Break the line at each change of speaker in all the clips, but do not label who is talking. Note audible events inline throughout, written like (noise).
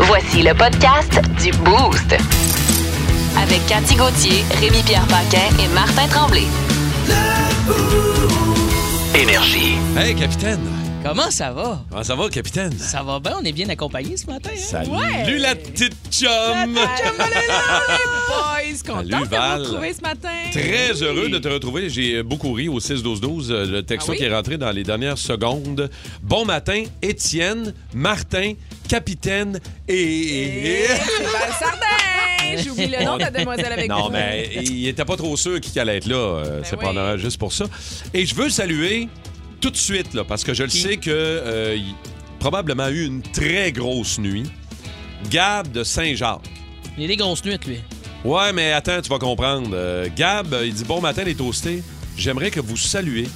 Voici le podcast du Boost. Avec Cathy Gauthier, Rémi-Pierre Paquin et Martin Tremblay.
Énergie.
Hey, capitaine!
Comment ça va?
Comment ça va, capitaine?
Ça va bien, on est bien accompagné ce matin. Hein?
Salut la petite chum!
boys, content
Salut,
de
Val.
vous retrouver ce matin.
Très heureux de te retrouver. J'ai euh, beaucoup ri au 6-12-12, euh, le texto
Ah oui?
qui est rentré dans les dernières secondes. Bon matin, Étienne, Martin, capitaine et...
Et c'est Val
(laughs)
Sardin. J'oublie le nom de la demoiselle avec
non,
vous.
mais il était pas trop sûr qui allait être là, euh, c'est
oui.
pendant- juste pour ça. Et je veux saluer tout de suite, là, parce que je le sais que euh, il- probablement eu une très grosse nuit. Gab de Saint-Jacques.
Il a des grosses nuits,
(laughs)
lui.
Ouais, mais attends, tu vas comprendre. Euh, Gab, euh, il dit Bon matin, les toastés. J'aimerais que vous saluez.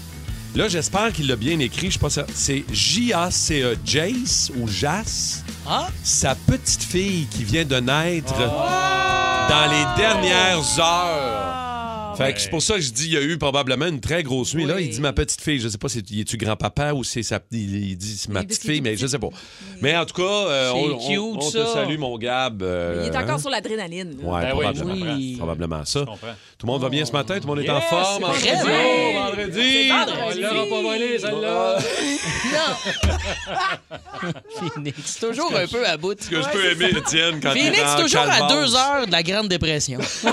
Là, j'espère qu'il l'a bien écrit. Je sais pas ça. C'est J-A-C-E, E, Jace ou Jas,
Ah?
sa petite fille qui vient de naître
Ah!
dans les dernières heures. Fait que c'est pour ça que je dis il y a eu probablement une très grosse nuit. Là, il dit ma petite fille. Je sais pas si il est-tu grand-papa ou c'est sa. Il, il dit c'est ma
Il dit
petite
qu'il est
fille, mais
petit.
je sais pas. Mais en tout cas, euh,
C'est
on, on-
cute,
on te
ça.
salue, mon Gab. euh,
Il est
hein?
encore sur l'adrénaline. là.
Ouais,
Ben oui,
probablement.
je comprends.
probablement ça.
comprends.
Tout le monde va bien ce matin, tout le monde est en
Yes,
forme.
c'est
Vendredi,
vrai.
oh, vendredi.
On
vendredi.
l'aura pas volé, celle-là.
Phoenix, toujours un peu à bout.
Ce que je peux aimer, Étienne, quand il
Phoenix,
est en
toujours à
calvasse.
deux heures de la Grande Dépression.
(laughs)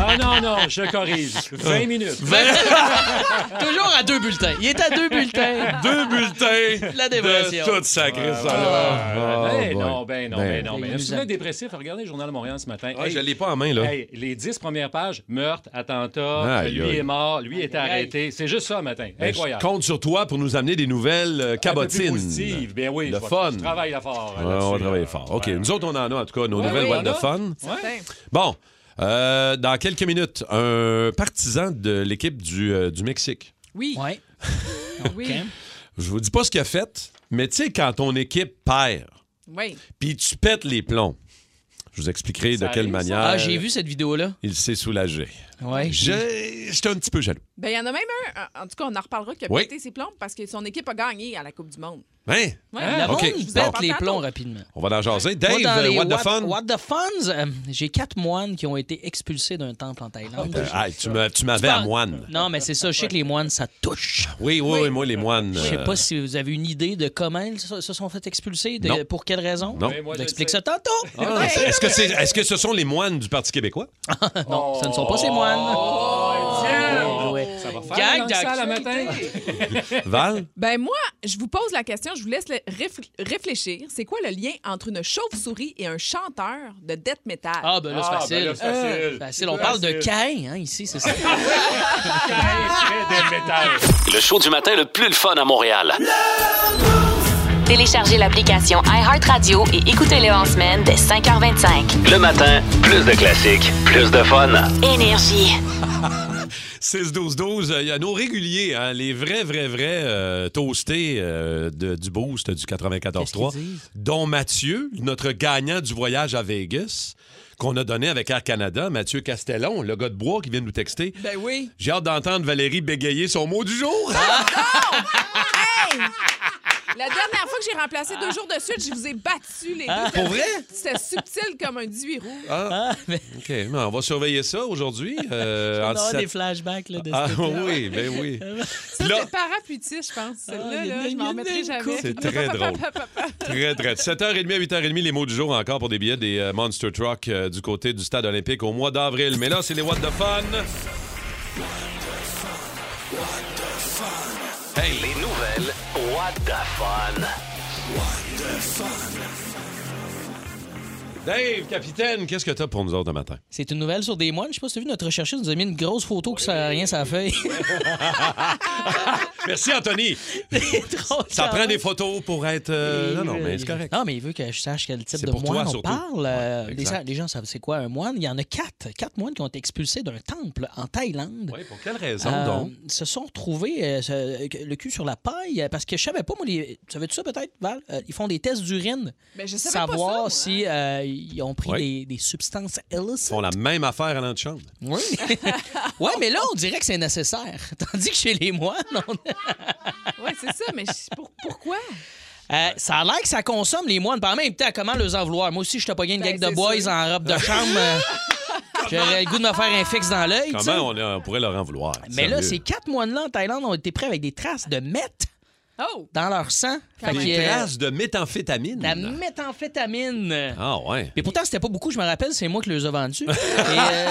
Ah.
Non, non, non, je corrige. 20 minutes.
(laughs) toujours à deux bulletins. Il est à deux bulletins.
Deux
(laughs)
bulletins
La dépression.
de toute sa crise.
Ah,
Ah,
ben
boy.
non, ben non, ben non.
Ben,
Ben,
il
si
nous
vous
a-
êtes dépressif, regardez le Journal de Montréal ce matin.
Ah,
Hey,
je l'ai pas en main, là.
hey, les 10 premières pages, meurtre, attentat,
Aïe,
lui
aïe.
est mort, lui est arrêté. C'est juste ça, matin.
Ben,
Incroyable.
Je compte sur toi pour nous amener des nouvelles euh,
Un peu plus
cabotines.
positive. Ben oui,
De
je vais-
fun.
Je travaille fort.
Ouais,
là-dessus,
on va
là.
travailler fort. OK,
Ouais.
nous autres, on en a en tout cas, nos nouvelles
oui,
boîtes
on
de
a.
fun.
Ouais.
Certain.
Bon, euh, dans quelques minutes, un partisan de l'équipe du, euh, du Mexique.
Oui.
Ouais.
Oui.
Je vous dis pas ce qu'il a fait, mais tu sais, quand ton équipe perd,
Oui.
puis tu pètes les plombs. Je vous expliquerai
Ça
de quelle
arrive, ça.
manière
Ah, j'ai vu cette vidéo-là.
il s'est soulagé.
Ouais.
Je- J'étais un petit peu jaloux.
Ben, il y en a même un, en tout cas, on en reparlera, qui a
Oui.
pété ses plombs parce que son équipe a gagné à la Coupe du Monde.
Hein?
Ouais.
Ah,
Ben,
La
OK,
monde
bon.
pète les plombs rapidement.
On va en jaser.
Moi,
Dave, euh,
dans les
what the fun?
What the Funs, euh, j'ai quatre moines qui ont été expulsés d'un temple en Thaïlande.
Euh, hey, tu me- tu m'avais
Tu
à
parles-
moine.
Non, mais c'est ça. Je sais que les moines, ça touche.
Oui, oui, oui, moi, les moines.
Je sais
euh,
pas si vous avez une idée de comment ils se se sont fait expulser, de-
Non.
pour quelle raison.
Non.
Mais moi, je
J'explique
le sais.
ça tantôt.
ah, c'est- Est-ce que, c'est- est-ce que ce sont les moines du Parti québécois?
Non, ce ne sont pas ces moines. Oh,
Étienne!
Ouais.
Oh, Ça va
Gag
faire la langue
d'actualité.
sale à matin.
Val?
Ben moi, je vous pose la question, je vous laisse le- réfl- réfléchir. C'est quoi le lien entre une chauve-souris et un chanteur de death metal?
Ah, ben là, c'est
Ah,
facile.
ben là, c'est facile.
Facile. On parle de Caïn, hein, ici, c'est ça.
Très métal.
Le show du matin le plus le fun à Montréal.
Téléchargez l'application iHeartRadio et écoutez-le en semaine dès 5h25.
Le matin, plus de classiques, plus de fun.
Énergie.
6-12-12, euh, il y a nos réguliers, hein, les vrais, vrais, vrais euh, toastés euh, de- du Boost du
Qu'est-ce
94-3,
qu'ils disent?
dont Mathieu, notre gagnant du voyage à Vegas, qu'on a donné avec Air Canada, Mathieu Castellon, le gars de bois qui vient de nous texter.
Ben oui.
J'ai hâte d'entendre Valérie bégayer son mot du jour. hein?
Ah!
La dernière fois que j'ai remplacé deux jours de suite, je vous ai battu les deux.
Ah.
Pour vrai?
C'était subtil comme un 18 roues.
OK, mais on va surveiller ça aujourd'hui. euh, en
ben, (laughs) On a
17.
des flashbacks là, de
Ah
ce
oui, ben oui.
Ça,
Là-
c'est parapluitis, je pense. Celle-là,
Ah, il y en a-
là, je
il y en
m'en
a
remettrai
une
jamais.
couple.
C'est
(laughs)
très drôle.
(laughs)
Très, très. 7h30 à 8h30, les mots du jour encore pour des billets des euh, Monster Truck euh, du côté du stade olympique au mois d'avril. Mais là, c'est les What the Fun.
Les nouvelles, what the fun.
Dave, capitaine, qu'est-ce que t'as pour nous autres ce matin?
C'est une nouvelle sur des moines. Je sais pas si tu as vu, notre chercheuse nous a mis une grosse photo qui sert à rien ça (laughs) feuille.
Merci, Anthony.
C'est trop
Ça prend
carré.
des photos pour être. euh,
Il
non, non,
veut-
mais
il
c'est
veut-
correct.
Non, mais il veut que je sache quel type
C'est
de
pour toi,
moine on
surtout.
parle. Euh,
Ouais,
les,
exact.
gens- les gens savent c'est quoi un moine. Il y en a quatre. Quatre moines qui ont été expulsés d'un temple en Thaïlande.
Oui, pour quelle raison,
Euh,
donc?
se sont trouvés euh, ce- que- le cul sur la paille euh, parce que je savais pas, moi, les, tu savais-tu ça peut-être, Val? Euh, ils font des tests d'urine.
Mais Ben, je savais pas ça,
Savoir
moi, hein.
si euh, ils ont pris
Ouais.
des, des substances illicites.
Ils font la même affaire à l'antichambre.
Oui. (laughs) ouais, mais là, on dirait que c'est (laughs) nécessaire. Tandis que chez les moines, on...
Oui, c'est ça, mais je- pour- pourquoi?
Euh, ça a l'air que ça consomme les moines. Par en même temps, comment les en vouloir? Moi aussi, je t'ai pas une
Ben,
gang de
c'est
boys
sûr.
en robe de chambre.
(laughs)
euh, J'aurais le goût de me faire un fixe dans l'œil. tu sais.
Comment on, euh, on pourrait leur en vouloir?
Mais là,
sérieux?
ces quatre moines-là en Thaïlande ont été pris avec des traces de meth
Oh!
dans leur sang. Fait
même.
que,
Des
euh,
traces de méthamphétamine.
la méthamphétamine.
Ah ouais.
Mais pourtant, c'était pas beaucoup, je me rappelle, c'est moi qui les ai vendus. Et,
(laughs)
euh,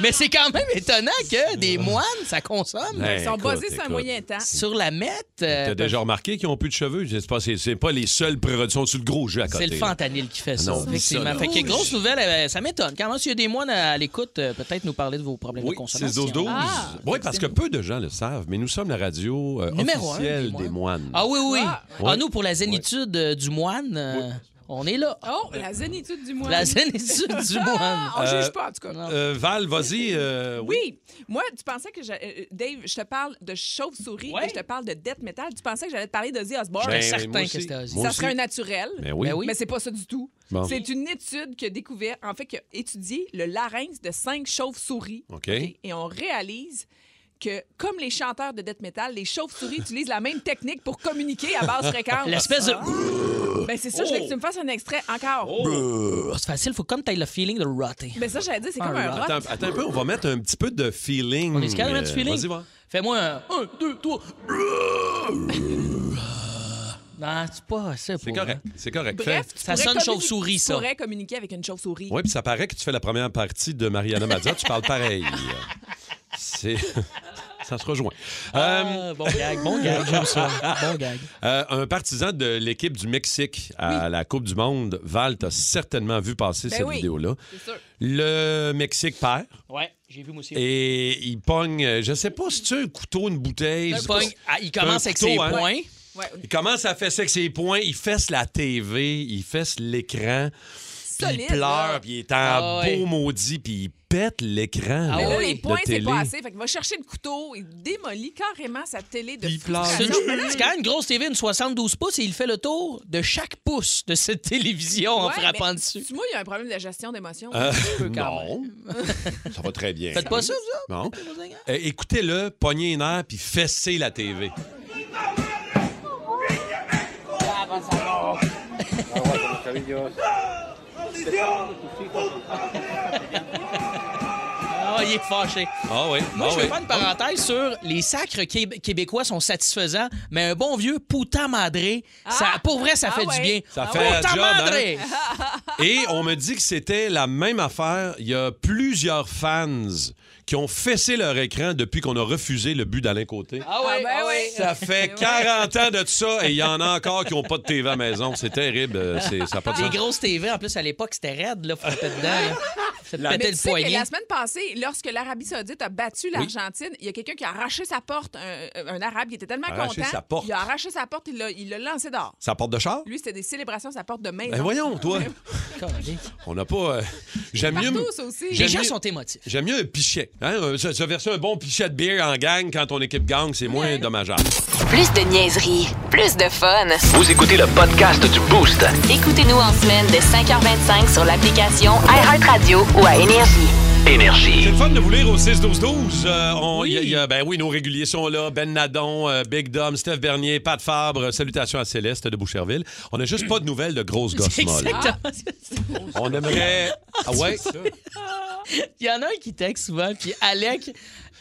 Mais c'est quand même étonnant que des moines, ça consomme.
Ben,
Ils sont
écoute,
basés sur un
écoute.
moyen temps.
Sur la meth, euh,
T'as déjà remarqué qu'ils ont plus de cheveux? C'est pas, c'est- c'est pas les seuls produits. Ils sont sur le gros jeu à côté.
c'est le
là. Ah
fentanyl qui fait ça.
Non,
effectivement.
ça, là.
fait que grosse nouvelle, euh, ça m'étonne. Quand s'il y a des moines à l'écoute, euh, peut-être nous parler de vos problèmes
Oui,
de
c'est
consommation.
12-12.
Ah,
oui, parce que peu de gens le savent, mais nous sommes la radio euh,
Numéro un
officielle
des
des moines.
Ah oui, oui.
Ah,
Ah, nous, pour la zénitude euh, du moine, euh, on est
Ah,
là.
Oh, la zénitude du mois.
La zénitude
(laughs)
du moine.
On
Euh,
juge pas, en tout cas.
Euh, Val, vas-y. euh, oui.
Oui. Moi, tu pensais que. j'a- euh, Dave, je te parle de chauve-souris
Ouais.
et je te parle de dette métal. Tu pensais que j'allais te parler de The Osborne.
Ben,
ça
moi
certain que
aussi.
c'était Ozzy.
Moi aussi.
serait un naturel.
Mais oui.
Ben oui.
Mais c'est pas ça du tout.
Bon.
C'est une étude qui a découvert, en fait, qui a étudié le larynx de cinq chauves-souris.
OK.
OK? Et on réalise que, comme les chanteurs de death metal, les chauves-souris (laughs) utilisent la même technique pour communiquer à basse fréquence.
L'espèce de.
Ah.
Ben, c'est ça, je voulais que tu me fasses un extrait encore.
Brrr, C'est facile, faut comme t'aies le feeling de rotter.
Mais ça, j'allais dire, c'est
Ah,
comme un
right.
rock.
Attends, attends un peu, on va mettre un petit peu de feeling.
On est capable de mettre
euh,
du feeling?
Vas-y, voir.
Fais-moi un 1, 2, 3. Non, c'est pas ça.
C'est correct. C'est correct.
Bref,
Fais.
tu
Ça
pourrais
sonne
communi-
chauve-souris, ça.
Tu pourrais communiquer avec une chauve-souris.
Oui, puis ça paraît que tu fais la première partie de Mariana Mazza, tu parles
(laughs)
pareil. C'est. (laughs) Ça se rejoint. Euh,
Ah,
(laughs)
bon gag, bon gag, j'aime ça. Bon gag.
euh, un partisan de l'équipe du Mexique à la Coupe du Monde, Val, t'as certainement vu passer
Ben
cette
oui.
vidéo-là.
C'est sûr.
Le Mexique perd
Ouais, j'ai vu moi aussi.
et il pogne, euh, je sais pas si tu as un couteau, une bouteille. je
il,
sais pas
pogne-
si-
ah, il commence
un
avec
couteau,
ses
hein.
poings.
Ouais.
Il commence à fesser avec ses poings, il fesse la TV, il fesse l'écran, puis il
Solide, là.
pleure, puis il est en
Ah ouais.
beau maudit, puis il pète l'écran.
Ah
Mais là,
oui.
les
de
points, c'est
télé.
pas assez. Fait qu'il va chercher le couteau, il démolit carrément sa télé de
Il pleure.
frustration.
C'est une- c'est quand même une grosse TV, une 72 pouces, et il fait le tour de chaque pouce de cette (laughs) télévision en
Ouais,
frappant
mais
dessus.
tu- Moi, il y a un problème de gestion d'émotions.
Euh,
peu quand
non, ça va très bien.
Faites pas ça, vous autres?
Non. Euh, Écoutez-le, pognez une air, puis fessez la TV.
Ah, il est fâché.
Ah oui,
Moi,
ah
je vais
oui.
faire une parenthèse sur les sacres qué- québécois sont satisfaisants, mais un bon vieux poutin madré, ça, pour vrai, ça
Ah
fait
ouais.
du bien.
Ça
Ah
fait
ouais.
la
Poutin
job, hein?
madré!
(laughs) Et on me dit que c'était la même affaire. Il y a plusieurs fans qui ont fessé leur écran depuis qu'on a refusé le but d'Alain Côté.
Ah ouais,
ben
ah (laughs) ouais.
oui.
Ça fait 40 ans de tout ça et il y en a encore qui n'ont pas de TV à la maison. C'est terrible. euh, c'est- Ça a pas de
Des
sens.
grosses TV, en plus, à l'époque, c'était raide, là, faut péter dedans. Là. Ça te
Mais
(laughs) pétait
tu
le
sais que
poignet.
la semaine passée, lorsque l'Arabie Saoudite a battu l'Argentine, il y a quelqu'un qui a arraché sa porte, un, un Arabe qui était tellement
Arraché
content.
sa porte.
Il a arraché sa porte, il l'a- il l'a lancé dehors.
Ça porte de char?
Lui, c'était des célébrations à sa porte de maison.
Ben voyons, toi.
Calé.
On n'a pas. euh, J'aime mieux.
Partout,
me-
ça aussi.
Les
J'aime
gens
mieux-
sont
(laughs)
émotifs.
J'aime mieux un pichet. Hein? euh, Se, se verser un bon pichet de bière en gang quand on équipe gang, c'est moins dommageable.
Plus de niaiserie, plus de fun.
Vous écoutez le podcast du Boost.
Écoutez-nous en semaine de 5h25 sur l'application iHeartRadio ou à Énergie.
C'est
Énergie.
le fun de vous lire au 6-12-12. Euh, on- y a- y a- ben oui, nos réguliers sont là. Ben Nadon, euh, Big Dom, Steph Bernier, Pat Fabre. euh, Salutations à Céleste de Boucherville. On n'a juste pas de nouvelles de grosses gosses molles.
(laughs) Exactement. ça.
On aimerait... Ah ouais?
Il y en a un qui texte souvent, puis Alec,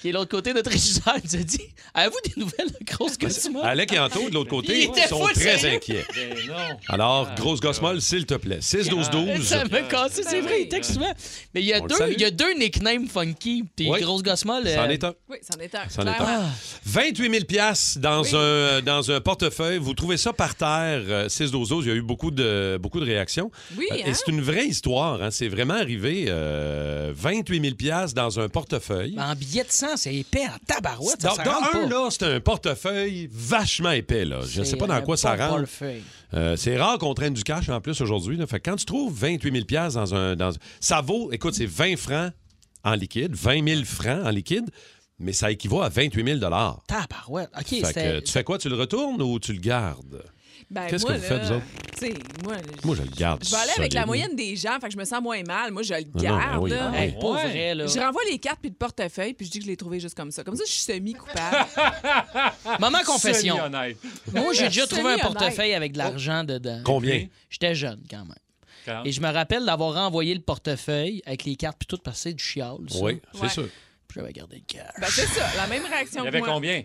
qui est l'autre côté de notre (laughs) régisseur, il nous a dit Avez-vous des nouvelles de grosses costumes
Ben, Alec et Anto, de l'autre
Il
côté,
était
sont
full
très
sérieux.
inquiets.
Ben non.
Alors, grosses gosses molles, s'il te plaît. 6-12-12.
Ça m'a cassé, c'est vrai, il texte souvent. Mais il y a,
On le
deux,
salue.
il y a deux nicknames funky, puis
Oui.
grosse gosse molle.
C'en
euh,
est un.
Oui, c'en est un.
C'en est un.
clairement.
28 000 pièces dans un dans un portefeuille. Vous trouvez ça par terre, euh, 6 dozos. Il y a eu beaucoup de beaucoup de réactions.
Oui,
Euh,
hein?
Et c'est une vraie histoire. hein. C'est vraiment arrivé. euh, 28 000 pièces dans un portefeuille.
euh, En billet de sang, c'est épais en tabarouette.
Dans,
Ben, ça, ça
dans
rentre
un,
pas.
là, c'est un portefeuille vachement épais. Là. Je ne sais pas dans
C'est euh,
quoi ça
un
rentre.
portefeuille.
Euh, c'est rare qu'on traîne du cash en plus aujourd'hui. là. Fait que quand tu trouves 28 000 pièces dans un... Dans... Ça vaut, écoute, c'est 20 francs en liquide, 20 000 francs en liquide, mais ça équivaut à 28 000
Tabarouette. OK,
fait que,
c'était.
tu fais quoi? Tu le retournes ou tu le gardes?
Ben,
Qu'est-ce que
moi,
vous faites,
là,
vous autres?
tu sais, moi,
Moi, je le garde.
je vais aller avec
solide.
la moyenne des gens, fait que je me sens moins mal. Moi, je le
Ah non,
garde.
ah oui,
là.
ah oui.
Hey, pour
Ouais.
vrai, là.
Je renvoie les cartes puis le portefeuille, puis je dis que je l'ai trouvé juste comme ça. Comme ça, je suis
(laughs)
semi-coupable.
Maman confession.
Semi-honnête.
Moi, j'ai déjà trouvé un
Semi-honnête.
portefeuille avec de l'argent dedans.
Combien?
J'étais jeune quand même.
Quand-
Et je me rappelle d'avoir renvoyé le portefeuille avec les cartes puis tout parce que c'est du chial. ça.
Oui, c'est
Ouais.
sûr.
Puis j'avais gardé le cash.
ben, c'est ça, la même
Il
réaction
y
que
avait
moi.
combien?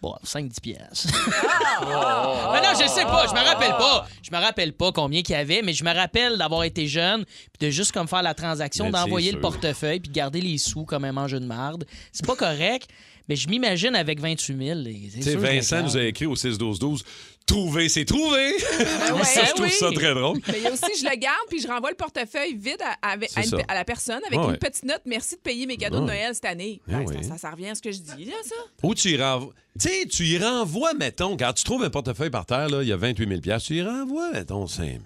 Bon, 5-10 piastres. Ah! (laughs)
Ah!
mais non, je sais pas, je me rappelle pas. Je me rappelle pas combien qu'il y avait, mais je me rappelle d'avoir été jeune, puis de juste comme faire la transaction,
Mais
d'envoyer
c'est
le
sûr.
portefeuille, puis de garder les sous comme un mangeur de marde. C'est pas correct, mais je m'imagine avec 28 000. et c'est
Tu sais,
sûr que je les
Vincent
garde.
nous a écrit au 6-12-12 Trouver, c'est trouver. (laughs)
Ben ouais,
ça, je trouve
oui.
ça très drôle.
Mais il y a aussi, je le garde, puis je renvoie le portefeuille vide à, avec-
C'est
à, une-
ça.
à la personne avec
Ouais,
une
ouais.
petite note. Merci de payer mes cadeaux de
Ouais.
Noël cette année.
Eh
Ben,
oui.
ça, ça, ça revient à ce que je dis, là, ça.
Ou tu y renvoies. Tu sais, tu y renvoies, mettons, quand tu trouves un portefeuille par terre, là, il y a 28 000 piastres, tu y renvoies, mettons, 5 000.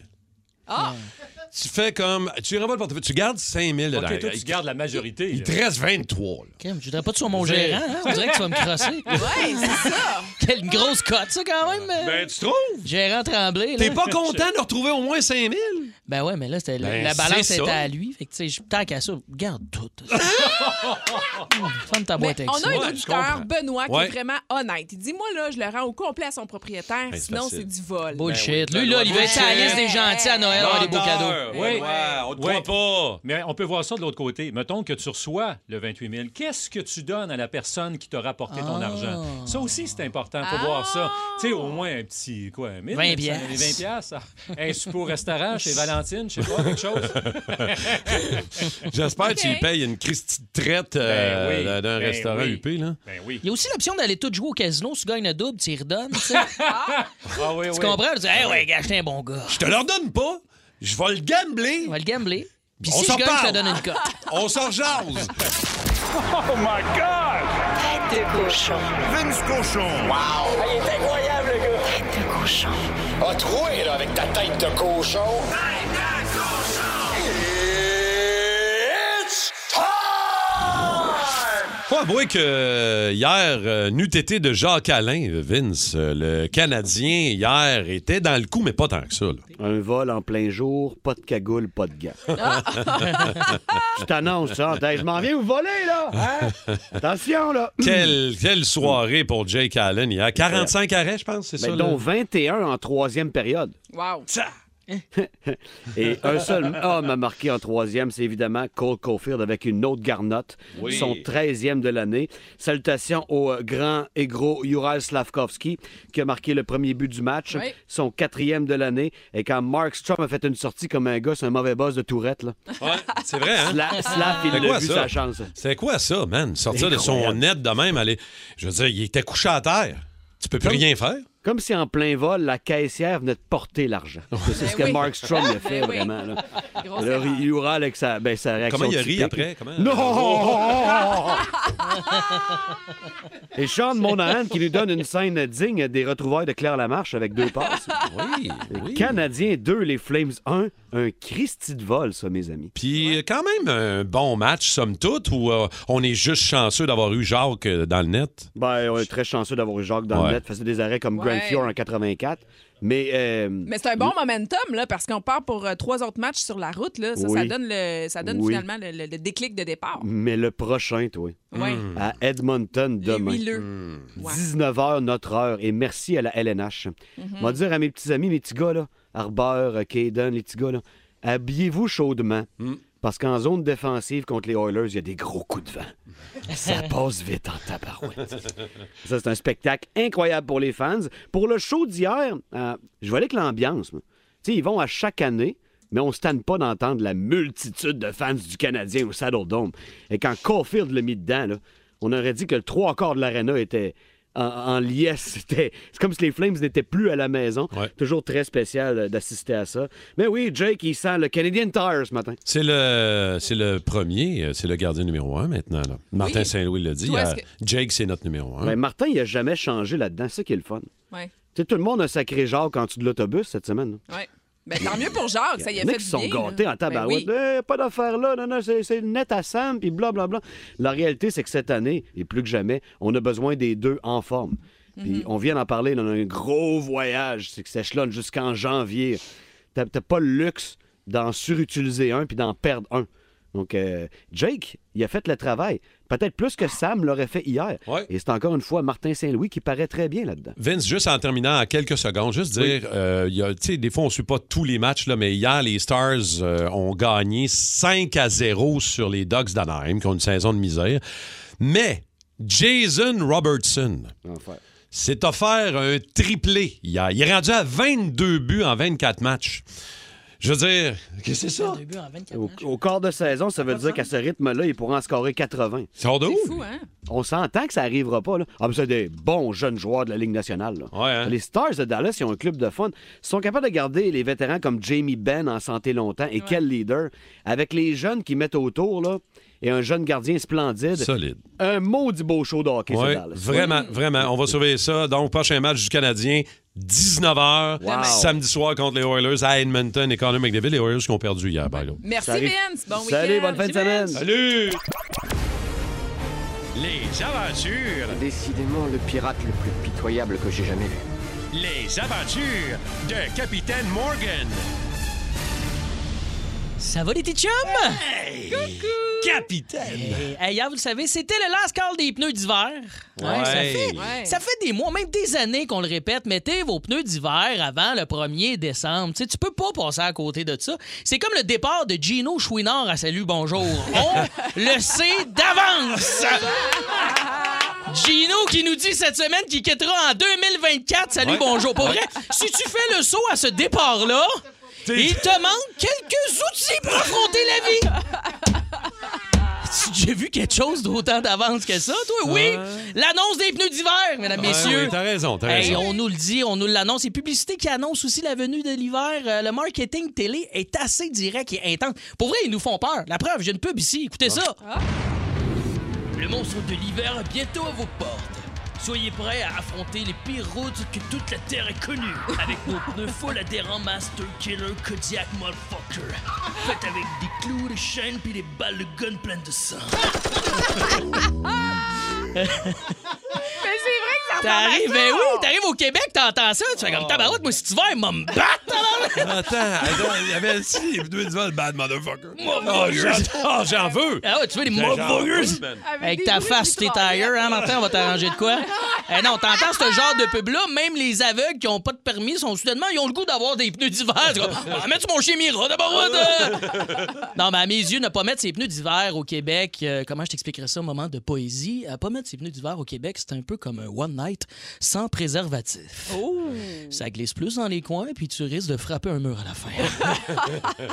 Ah!
Tu fais comme. Tu y renvoies le portefeuille, tu gardes 5 000
Ok, toi, tu
Il-
gardes la majorité.
Il
là.
te reste 23.
(laughs)
là.
Ok, mais je voudrais pas de sur mon
C'est-
gérant, hein? on dirait que tu vas me
(laughs)
crosser.
Ah,
Ouais, c'est ça!
Quelle grosse cote, ça, quand même. euh,
Ben, tu trouves?
Gérant Tremblay. là.
T'es pas content de retrouver au moins 5 000?
Ben ouais, mais là, c'était la-
Ben,
la balance
c'est
était
ça.
à lui. Fait que, tu sais, je- tant qu'à ça, garde tout.
(laughs)
Hum, Ferme ta boîte
Mais
Ben,
ben, on
avec ça.
a un
Ouais, je
auditeur,
comprends.
Benoît, qui
Ouais.
est vraiment honnête. Il dit Moi, là, je le rends au complet à son propriétaire,
Ben, c'est
sinon,
facile.
c'est du vol.
Bullshit.
Ben oui,
Lui, là, il veut être sur la
bullshit.
liste des gentils à
Ah,
Noël, avoir des beaux cadeaux.
Menteur.
Oui.
Ouais, on te
Oui.
croit pas.
Mais on peut voir ça de l'autre côté. Mettons que tu reçois le 28 000. Qu'est-ce que tu donnes à la personne qui t'a rapporté ton
Ah.
argent? Ça aussi, c'est important. faut
Ah.
voir ça. Tu sais, au moins un petit, quoi, un 1000,
20
un petit-
piastres.
20 piastres. ah. Un souper au restaurant chez Valentine, je sais pas, quelque chose.
J'espère que tu y
Ok.
payes une Christie de traite euh,
Ben oui,
d'un- d'un
ben
restaurant
oui.
UP, là.
Ben oui.
Il y a aussi l'option d'aller tout jouer au casino. Si tu gagnes le double, tu y redonnes. Tu sais.
Ah oui,
Tu
oui.
comprends? Tu dis, hey, ouais, gars, j'étais un bon gars.
Je te leur donne pas. Je vais le gambler.
On va le gambler. Puis
On
si je
s'en
gagne, je
parle.
te donne une cote.
On s'en jase.
Tête de cochon.
Vince Cochon.
Ah, il est incroyable, le gars. Tête de cochon.
A troué, là, avec ta tête de cochon. It's time!
Faut avouer que euh, hier, euh, n'eût été de Jacques Alain, euh, Vince, euh, le Canadien, hier, était dans le coup, mais pas tant que ça. là.
Un vol en plein jour, pas de cagoule, pas de
(laughs)
gants. je t'annonce ça. Hey, Je m'en viens vous voler, là. hein? Attention, là.
Quelle, quelle soirée pour Jake Allen hier. 45 arrêts, je pense, c'est
Mais
ça? là?
dont 21 en troisième période.
Wow!
Et un seul homme a marqué en troisième, c'est évidemment Cole Caulfield avec une autre garnotte, son 13e de l'année. Salutations au euh, grand et gros Ural Slavkovski qui a marqué le premier but du match,
Oui.
son quatrième de l'année. Et quand Mark Strom a fait une sortie comme un gars, c'est un mauvais boss de Tourette.
(laughs)
Là.
Ouais, c'est vrai, hein?
Sla- Slav,
C'est
il
quoi,
l'a vu
ça?
sa chance.
C'était quoi ça, man? Sortir de son
Incroyable.
net de même, aller. Je veux dire, il était couché à terre. Tu peux plus rien faire.
Comme si en plein vol, la caissière venait de porter l'argent. C'est ce que
Ben oui.
Mark Strom
(laughs)
a fait,
Ben oui.
vraiment. Là.
Grosse
Alors,
erreur.
il hurle avec sa, ben, sa réaction.
Comment il a ri
typique.
après? Comment...
Non! (laughs) Et Sean Monahan qui nous donne une scène digne des retrouvailles de Claire Lamarche avec deux passes.
Oui, Ah oui.
Canadien 2, les Flames 1. Un Christie de vol, ça, mes amis.
Puis euh, quand même un bon match, somme toute, où euh, on est juste chanceux d'avoir eu Jacques euh, dans le net.
Ben, on est très chanceux d'avoir eu Jacques dans
Ouais.
le net. faisait des arrêts comme
Ouais.
Grand Fiore en 84. Mais, euh,
Mais c'est un bon momentum, là, parce qu'on part pour euh, trois autres matchs sur la route, là. Ça, ça
Oui.
donne, le, ça donne
Oui.
finalement le, le- le déclic de départ.
mais le prochain, toi,
Ouais.
Hmm.
à Edmonton
Les
demain.
huileux.
Mm.
Ouais.
19h notre heure et merci à la LNH. On va dire à mes petits amis, mes petits gars là, Arbor, euh, Caden, les petits gars là, habillez-vous chaudement parce qu'en zone défensive contre les Oilers, il y a des gros coups de vent. Ça passe vite en tabarouette. (laughs) Ça c'est un spectacle incroyable pour les fans. Pour le show d'hier, euh, je voulais que l'ambiance. moi. Tu sais, ils vont à chaque année. Mais on se tanne pas d'entendre la multitude de fans du Canadien au Saddle Dome. Et quand Caulfield l'a mis dedans, là, on aurait dit que le trois quarts de l'aréna était en, en liesse. (laughs) C'était, c'est comme si les Flames n'étaient plus à la maison.
Ouais.
Toujours très spécial euh, d'assister à ça. Mais oui, Jake, il sent le Canadian Tire ce matin.
C'est le, c'est le premier, euh, c'est le gardien numéro un maintenant. là. Martin
Oui.
Saint-Louis l'a dit.
Toi,
euh,
est-ce que-
Jake, c'est notre numéro un.
Ben, Martin, il a jamais changé là-dedans. C'est ça qui est le fun.
Ouais.
Tu sais, tout le monde a sacré Jacques en dessous de l'autobus cette semaine. là.
Ouais. Ben, tant mieux pour Jacques, ça y a
Il y en a
fait
qui sont
du bien,
gâtés
là.
en tabarouette.
Ben oui.
Eh, pas d'affaire là, non, non, c'est c'est net à Sam, puis blablabla. La réalité, c'est que cette année, et plus que jamais, on a besoin des deux en forme.
Mhm.
Puis on vient d'en parler, là, on a un gros voyage c'est que ça s'échelonne jusqu'en janvier. T'as t'as pas le luxe d'en surutiliser un puis d'en perdre un. Donc, euh, Jake, il a fait le travail. Peut-être plus que Sam l'aurait fait hier.
Ouais.
Et c'est encore une fois Martin Saint-Louis qui paraît très bien là-dedans.
Vince, juste en terminant en quelques secondes, juste dire, euh, il y a- tu sais, des fois, on ne suit pas tous les matchs, là, mais hier, les Stars euh, ont gagné 5 à 0 sur les Ducks d'Anaheim, qui ont une saison de misère. Mais Jason Robertson s'est offert un triplé hier. Il est rendu à 22 buts en 24 matchs. Je veux dire, qu'est-ce que c'est ça?
Deux buts en 24
Au,
matchs.
au quart de saison, ça veut dire qu'à ce rythme-là, il pourra en scorer 80.
Sort de où?
C'est fou, hein?
On s'entend que ça n'arrivera pas. Là. Ah, mais c'est des bons jeunes joueurs de la Ligue nationale. là.
Ouais, hein?
Les Stars de Dallas, ils ont un club de fun. Ils sont capables de garder les vétérans comme Jamie Benn en santé longtemps. Et quel leader. Avec les jeunes qui mettent autour, là, et un jeune gardien splendide.
Solide.
Un maudit beau show de hockey,
Ouais,
sur Dallas.
vraiment, vraiment. On va surveiller ça. Donc, prochain match du Canadien, 19h,
Wow.
samedi soir contre les Oilers à Edmonton et Connor McDavid. Les Oilers qui ont perdu hier, by the way.
Merci,
Salut.
Vince. Bon week-end.
Salut, bonne fin de
Merci, Vince.
semaine.
Salut! Les aventures,
Décidément le pirate le plus pitoyable que j'ai jamais vu.
les aventures de Capitaine Morgan.
Ça va, les petits chums?
Capitaine!
Hey, hey, hier, vous le savez, c'était le last call des pneus d'hiver. Hein, ça,
Ouais.
fait,
Ouais.
ça fait des mois, même des années qu'on le répète. Mettez vos pneus d'hiver avant le 1er décembre. Tu sais, tu peux pas passer à côté de ça. C'est comme le départ de Gino Chouinard à Salut
(laughs)
Bonjour. On le sait d'avance. Gino qui nous dit cette semaine qu'il quittera en 2024. Salut,
Ouais.
bonjour. Pour vrai, si tu fais le saut à ce départ-là, il te manque quelques outils pour affronter la vie. J'ai vu quelque chose d'autant d'avance que ça, toi? Oui! L'annonce des pneus d'hiver, mesdames,
Ouais,
messieurs.
Ah oui, t'as raison, t'as
Hey,
raison.
on nous le dit, on nous l'annonce. Et publicité qui annonce aussi la venue de l'hiver. Euh, le marketing télé est assez direct et intense. Pour vrai, ils nous font peur. La preuve, j'ai une pub ici. Écoutez ça. Le monstre de l'hiver est bientôt à vos portes. Soyez prêts à affronter les pires routes que toute la Terre ait connues avec (laughs) nos pneus full adhérents Master Killer Kodiak Motherfucker. Faites avec des clous, des chaînes puis des balles de gun pleines de sang.
Mais c'est vrai que ça ressemble à
T'arrives,
ça.
ben oui, t'arrives au Québec, t'entends ça, tu fais comme tabarouette, moi si tu vas, m'a me battre, tabarouette.
Attends, attends, il y avait aussi les deux devant le bad motherfucker. Oh, j'en- oh, j'en veux!
Ah ouais, tu veux les
J'en veux,
motherfuckers.
man.
Avec
des
ta
bruits
face, t'es
mitraillettes.
tailleur, hein, Martin, on va t'arranger de quoi? Eh non, t'entends ce genre de pub-là, même les aveugles qui ont pas de permis sont soudainement, ils ont le goût d'avoir des pneus d'hiver. C'est comme, Ah, mets-tu mon chien Mira d'abord? non, mais à mes yeux, ne pas mettre ses pneus d'hiver au Québec, euh, comment je t'expliquerais ça, un moment de poésie, à pas mettre ses pneus d'hiver au Québec, c'est un peu comme un one night sans préservatif. Ça glisse plus dans les coins, puis tu risques de frapper un mur à la fin.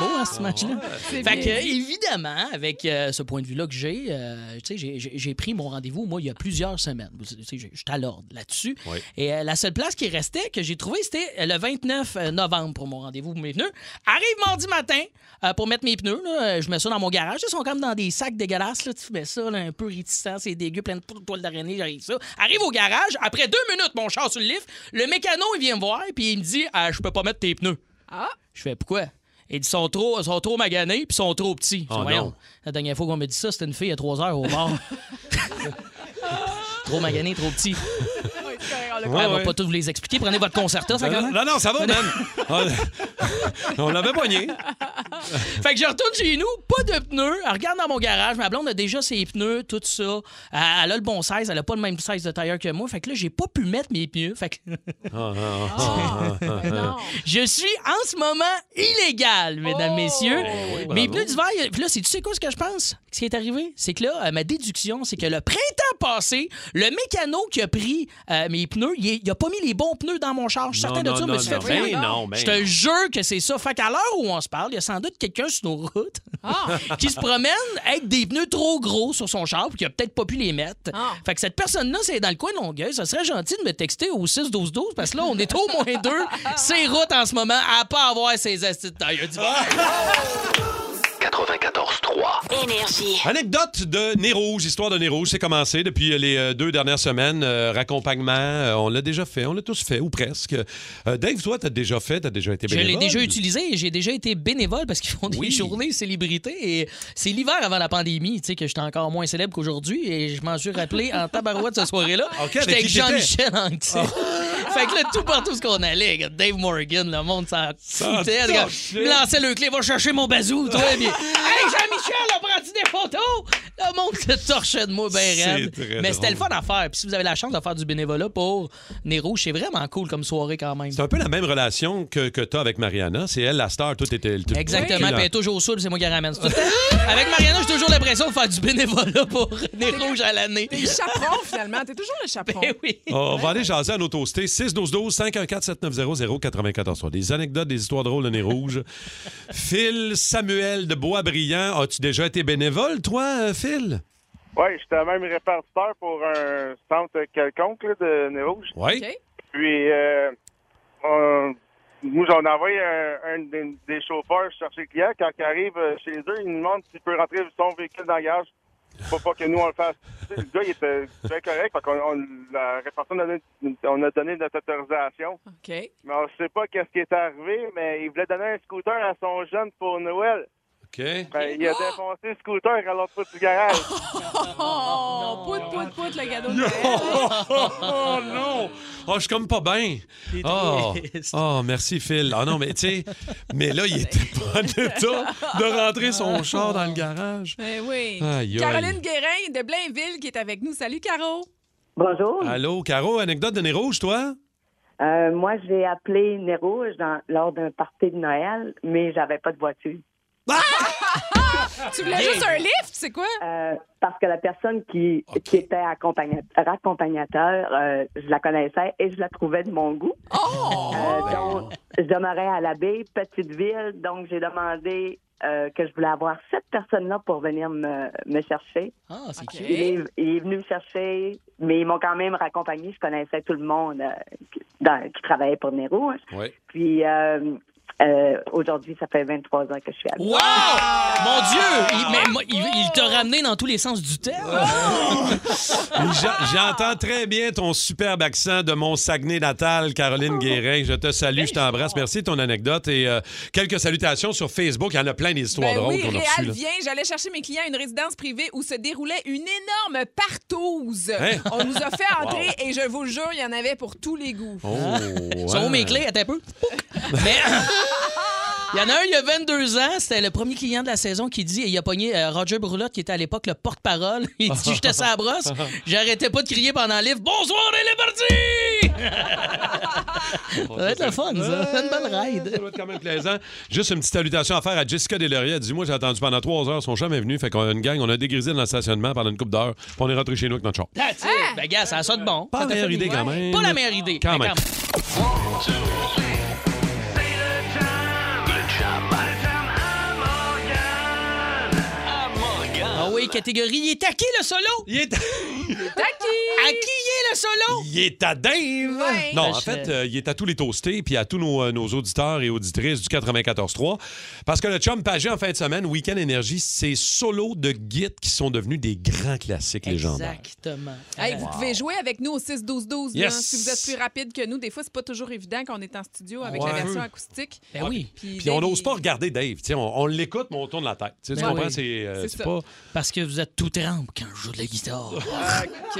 Beau, hein, ce match-là?
C'est
Fait que,
bien.
euh, évidemment, avec euh, ce point de vue-là que j'ai, euh, tu sais, j'ai- j'ai j'ai pris mon rendez-vous, moi, il y a plusieurs semaines. Vous savez, Je je suis à l'ordre là-dessus.
Oui.
Et euh, la seule place qui restait, que j'ai trouvée, c'était euh, le 29 novembre pour mon rendez-vous pour mes pneus. Arrive mardi matin euh, pour mettre mes pneus. là. Euh, je mets ça dans mon garage. Ils sont comme dans des sacs dégueulasses. Là. Tu mets ça, là, un peu réticent, c'est dégueu, plein de pou- toiles d'araignée, j'arrive ça. Arrive au garage. Après deux minutes, mon char sur le lift, le mécano, il vient me voir, puis il me dit Ah, Je peux pas mettre tes pneus. Je fais pourquoi? Ils disent, sont trop, sont trop maganés puis sont trop petits. Je dis,
Oh
Voyons,
non.
La dernière fois qu'on m'a dit ça, c'était une fille à 3 heures au
(laughs)
bar. trop magané, trop petit.
(laughs) Oui, c'est correct, on l'a
Ouais,
compris.
On va
ouais.
pas tout vous les expliquer. Prenez votre concerta, ça commence.
Ben Non, non, ça va, man!
(laughs)
On, on l'avait pogné.
Fait que je retourne chez nous, pas de pneus. Elle regarde dans mon garage, ma blonde a déjà ses pneus, tout ça. Euh, Elle a le bon size, elle a pas le même size de tailleur que moi. Fait que là, j'ai pas pu mettre mes pneus. Fait que
Ah, ah, ah.
Ah, ben non.
je suis en ce moment illégal, mesdames, messieurs.
Oh! Ben oui,
mes
bravo.
pneus d'hiver, euh, puis là, c'est- tu sais quoi ce que je pense? Ce qui est arrivé, c'est que là, euh, ma déduction, c'est que le printemps passé, le mécano qui a pris euh, mes pneus, il, est- il a pas mis les bons pneus dans mon char. Je suis certain de
non,
ça,
non,
mais je me suis
non,
fait
ben
prendre.
non, ben
Je te jure que c'est ça. Fait qu'à l'heure où on se parle, il y a sans doute quelqu'un sur nos routes
Ah,
(laughs) qui se promène avec des pneus trop gros sur son char puis qui a peut-être pas pu les mettre.
Ah.
Fait que cette personne-là, c'est dans le coin de Longueuil. Ça serait gentil de me texter au 6-12-12 parce que là, on est au moins
(laughs)
Ah, deux. Ces routes en ce moment à pas avoir ces astuces de tailleur d'hiver.
94.3.
Énergie.
Anecdote de Nez Rouge, histoire de Nez Rouge, c'est commencé depuis euh, les euh, deux dernières semaines. Euh, raccompagnement, euh, on l'a déjà fait, on l'a tous fait, ou presque. Euh, Dave, toi, t'as déjà fait, t'as déjà été
Je
bénévole.
l'ai déjà utilisé et j'ai déjà été bénévole parce qu'ils font des
Oui.
journées célébrités. Et c'est l'hiver avant la pandémie, tu sais, que j'étais encore moins célèbre qu'aujourd'hui. Et je m'en suis rappelé
(laughs)
en tabarouette cette soirée-là.
Ah, OK,
j'étais
avec
avec
qui t'étais? Ah.
Jean-Michel Anctil. (laughs) fait que là, tout partout ce qu'on allait, regarde, Dave Morgan, le monde s'en
Ça torchait.
foutait. Regarde, Il me lançait le clé, va chercher mon bazou, toi.
(laughs)
puis, hey, Jean-Michel, on prend des photos? Le monde se torchait de moi, ben
C'est
raide.
très
Mais c'était le fun
drôle.
à faire. Puis si vous avez la chance de faire du bénévolat pour Nero, c'est vraiment cool comme soirée quand même.
C'est un peu la même relation que, que t'as avec Mariana. C'est elle, la star, tout était... tout-
Exactement,
tout-
puis elle est toujours saoule, c'est moi qui la ramène. C'est tout le temps- Avec Mariana, j'ai toujours l'impression de faire du bénévolat pour (laughs) les rouges à l'année.
T'es le chaperon, finalement. T'es toujours
(laughs)
le chaperon.
Eh oui.
On va aller jaser à nos toastés. 612-12-514-790-094. Des anecdotes, des histoires drôles de Nez Rouge. Phil Samuel de Boisbriand, as-tu déjà été bénévole, toi, euh, Phil?
Oui, j'étais même répartiteur pour un centre quelconque là, de Nez Rouge.
Oui.
OK?
Puis, euh, on- nous, on envoyé un, un des, des chauffeurs chercher le client. Quand il arrive euh, chez eux, il nous demande s'il peut rentrer son véhicule dans le garage. Faut pas que nous, on le fasse. Tu sais, Le gars, il était très correct. Fait qu'on, on, la répartition, on a donné- on a donné notre autorisation.
OK.
Mais on sait pas qu'est-ce qui est arrivé, mais il voulait donner un scooter à son jeune pour Noël.
OK. (laughs)
Fait, il a défoncé le scooter à l'autre bout du garage.
Oh, pout, pout, pout, le cadeau de Noël.
Oh, oh, oh, non! Oh, je suis comme pas bien. Oh.
triste.
oh, merci Phil. Ah non, mais tu sais, mais là, il était pas en état de rentrer son char dans le
(laughs)
garage.
Eh oui.
Aïe, aïe.
Caroline Guérin de Blainville qui est avec nous. Salut, Caro.
Bonjour.
Allô, Caro, anecdote de Nez Rouge, toi?
Euh, moi, j'ai appelé Nez Rouge dans- lors d'un party de Noël, mais j'avais pas de voiture.
Ah,
Tu voulais juste un lift, c'est quoi?
Euh, parce que la personne qui, qui était accompagna- accompagnateur, euh, je la connaissais et je la trouvais de mon goût.
Oh!
Euh, donc, je demeurais à la baie, petite ville, donc j'ai demandé euh, que je voulais avoir cette personne-là pour venir me, me chercher.
Ah, c'est
OK.
cute.
Il, est, il est venu me chercher, mais ils m'ont quand même raccompagné. Je connaissais tout le monde euh, qui, dans- qui travaillait pour Nez Rouge.
Oui.
Puis euh, euh, aujourd'hui, ça fait 23 ans que je suis à
Wow! Mon Dieu! Il, mais moi, il, il t'a ramené dans tous les sens du terme.
J'entends très bien ton superbe accent de mon Saguenay natal, Caroline Guérin. Je te salue, je t'embrasse. Merci de ton anecdote et euh, quelques salutations sur Facebook. Il y en a plein d'histoires
Ben
drôles
oui,
qu'on a reçues.
Réal
là.
vient. J'allais chercher mes clients à une résidence privée où se déroulait une énorme partouze.
Hein?
On nous a fait entrer et je vous le jure, il y en avait pour tous les goûts.
(laughs)
Oh,
Sont où
ouais.
mes clés? Attends un peu. Mais. (laughs) Il y en a un, il y a 22 ans, c'était le premier client de la saison qui dit, et il a pogné euh, Roger Brulotte, qui était à l'époque le porte-parole. (laughs) Il dit J'étais sa brosse, j'arrêtais pas de crier pendant le livre Bonsoir, elle est partie! (laughs) Ça va être le fun, ça. C'est une bonne ride.
Ça doit être quand même plaisant. Juste une petite salutation à faire à Jessica Delaurier. Elle dit Moi, j'ai attendu pendant trois heures, ils sont jamais venus. Fait qu'on a une gang, on a dégrisé dans le stationnement pendant une couple d'heures, puis on est rentré chez nous avec notre char.
That's it.
Hein?
Ben, gars, ça saute bon.
Pas
Ça
la
t'a
meilleure
fait
idée,
une-
quand même.
Pas la meilleure idée. Ben,
Quand
mais
même.
Ah oui, catégorie. Il est à qui le solo?
Il est,
À qui
Taki!
est le solo?
il est à Dave
Ouais.
Non,
Ben,
en
je-
fait, euh, il est à tous les toastés, puis à tous nos, euh, nos auditeurs et auditrices du 94.3. Parce que le chum Pagé, en fin de semaine, Weekend Énergie, c'est solos de guides qui sont devenus des grands classiques légendaires.
Exactement. Euh,
Hey, vous pouvez jouer avec nous au 6-12-12. là.
Yes.
Si vous êtes plus rapide que nous, des fois, c'est pas toujours évident qu'on est en studio avec
Ouais.
la version acoustique.
Ben oui,
Puis on
Dave,
n'ose pas
il-
regarder Dave. Tu sais, On, on l'écoute, mais on tourne la tête. Tu sais, tu
Ben
comprends?
oui.
C'est euh,
C'est
c'est
ça.
pas.
parce que vous êtes tout trempe quand je joue de la guitare.
OK.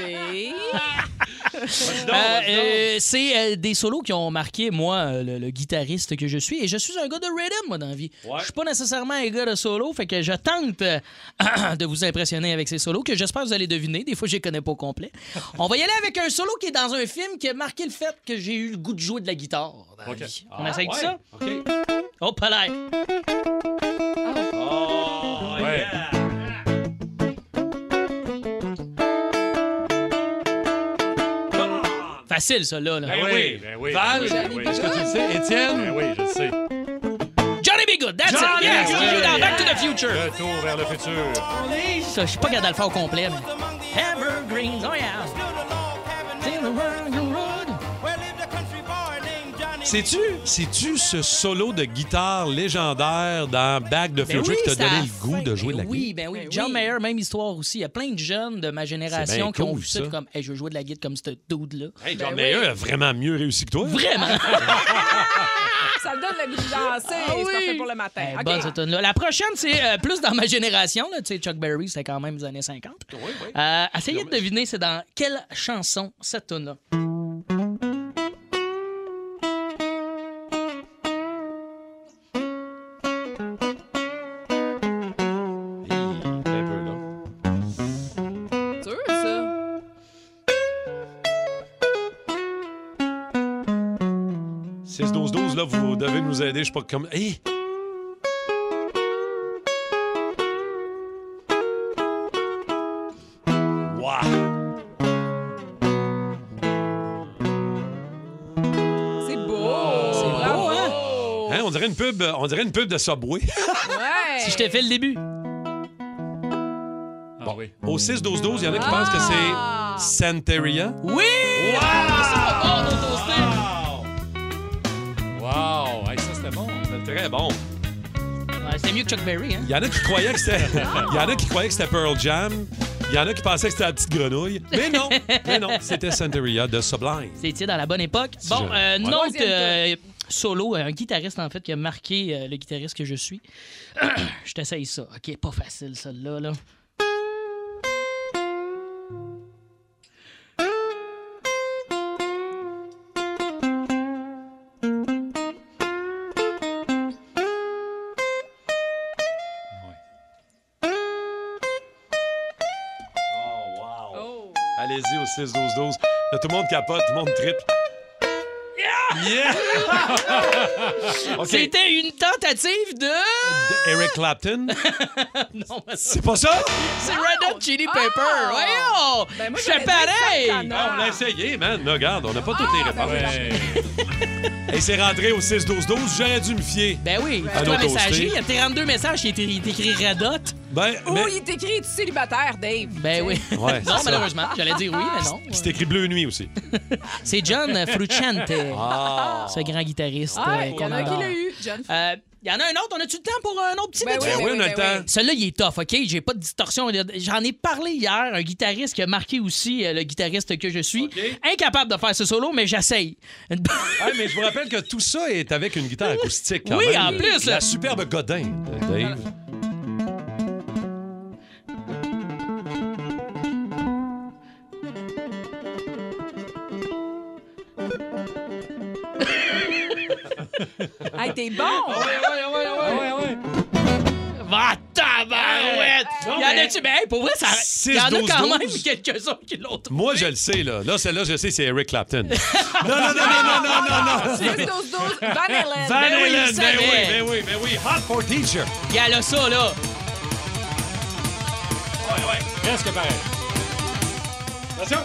Euh, euh, c'est euh, des solos qui ont marqué, moi, euh, le, le guitariste que je suis. Et je suis un gars de rhythm, moi, dans la vie. Je suis pas nécessairement un gars de solo, fait que je tente euh, (clears throat) de vous impressionner avec ces solos que j'espère que vous allez deviner. Des fois, je les connais pas
(laughs)
au complet. On va y aller avec un solo qui est dans un film qui a marqué le fait que j'ai eu le goût de jouer de la guitare dans la
Ok.
vie.
Ah,
On essaye de
ouais.
ça?
OK.
Oh, pas l'air.
Ouais.
Facile, ça, là. là.
Ben oui, ben oui.
Val,
ben oui, ben
est-ce
oui.
que tu le sais? Étienne?
Ben oui, je le sais.
Johnny B. Good, that's
Johnny
it. Yes,
B. Good.
je joue dans Back to the Future.
Retour vers le futur.
Ça, je suis pas capable de le faire au complet. mais- Evergreens, oh yeah.
Sais-tu, sais-tu ce solo de guitare légendaire dans Back to
Ben
Future
oui,
qui t'a
c'est à
donné
la
le goût de jouer de la guitare?
Oui, ben oui. John Mayer, même histoire aussi. Il y a plein de jeunes de ma génération
bien
qui ont
cool,
vu ça,
ça.
puis comme, Hey, je veux jouer de la guitare comme ce dude-là.
Hey, John Mayer a vraiment mieux réussi que toi.
Vraiment!
Ça me donne le goût de danser. C'est parfait pour le matin.
Hey,
OK.
Ah Eh, bonne, cette tune-là. La prochaine, c'est euh, plus dans ma génération. Là, Tu sais, Chuck Berry, c'était quand même les années 50. Euh, essayez de deviner, c'est dans quelle chanson cette tune-là?
C'est dur, ça.
Oui. 6-12-12, là, vous devez nous aider. Je sais pas comme. Hey! Wow!
C'est
Oh,
beau. C'est beau, hein?
Hein, on, dirait une pub, euh, on dirait une pub de Subway.
Ouais.
Si je t'ai fait le début.
Bon. Au 6-12-12, il y en a qui pensent que
Ah!
Ah.
c'est Santeria.
Oui! Oh,
Wow! Hey, ça, c'était bon.
C'est très bon.
Ouais, c'est mieux que Chuck Berry, hein?
Il y en a qui croyaient que c'était. Il y en a qui croyaient que c'était Pearl Jam. Il y en a qui pensaient que c'était la petite grenouille. Mais non! Mais non, c'était Santeria de Sublime.
C'était dans la bonne époque.
Si
Bon,
je-
euh,
Ouais.
une
Troisième
autre euh, solo, un guitariste en fait qui a marqué euh, le guitariste que je suis. (clears throat) je t'essaye ça. OK, pas facile celle-là. Là.
Allez-y au 6-12-12. Là, tout le monde capote, tout le monde triple. Yeah! OK.
C'était une tentative de.
Eric Clapton.
(laughs) Non, mais
C'est pas ça?
C'est Red Hot Chili Pepper.
Ah!
Voyons!
Ben, moi,
je
j'aurais
fais
dit
pareil!
Santana.
Ah, on l'a essayé, man. Là, Regarde, on n'a pas toutes les
Ah,
réponses.
Ben
Et c'est rentré au 6-12-12. J'aurais dû me fier.
Ben oui,
Un
toi,
autre
messager,
toasté.
il y a 32 messages qui étaient écrit Red Hot.
Ben,
Ou
mais...
Oh, il est écrit « Tu célibataire, Dave? »
Ben
(laughs)
oui.
Ouais,
non,
c'est ça.
malheureusement. J'allais dire oui, mais non.
Ah!
C'est écrit bleu nuit (laughs) aussi.
C'est John Frucciante,
Ah!
ce grand guitariste.
Ah,
euh,
il y
qu'on
en a qui
adore.
l'a eu, John.
Euh, Il y en a un autre. On a-tu le temps pour un autre petit
Ben
vite
Ben
oui,
oui, on a le
ben
temps.
Celui-là, il est tough, OK? J'ai pas de distorsion. J'en ai parlé hier, un guitariste qui a marqué aussi euh, le guitariste que je suis. Incapable de faire ce solo, mais j'essaye. Une-
Ah, mais je vous rappelle que tout ça est avec une guitare acoustique. quand
Oui,
même.
en plus,
La
là.
superbe Godin, euh, Dave.
Hey, t'es bon!
Ben,
Va tabarouette! Il y en a-tu? Ben, hey, pour vrai, ça...
Six,
il y en a quand
12,
même
12.
quelques-uns qui l'ont trouvé.
Moi, je le sais, là. Là, celle-là, je sais, c'est Eric
(laughs)
Clapton. non, non, non, non, non, non, non, non.
12-12, Van Halen.
Van
Ben oui, il
Halen, ben
savait.
oui, ben oui, ben oui. Hot for teacher.
Il y en a ça, là.
Presque pareil.
Attention.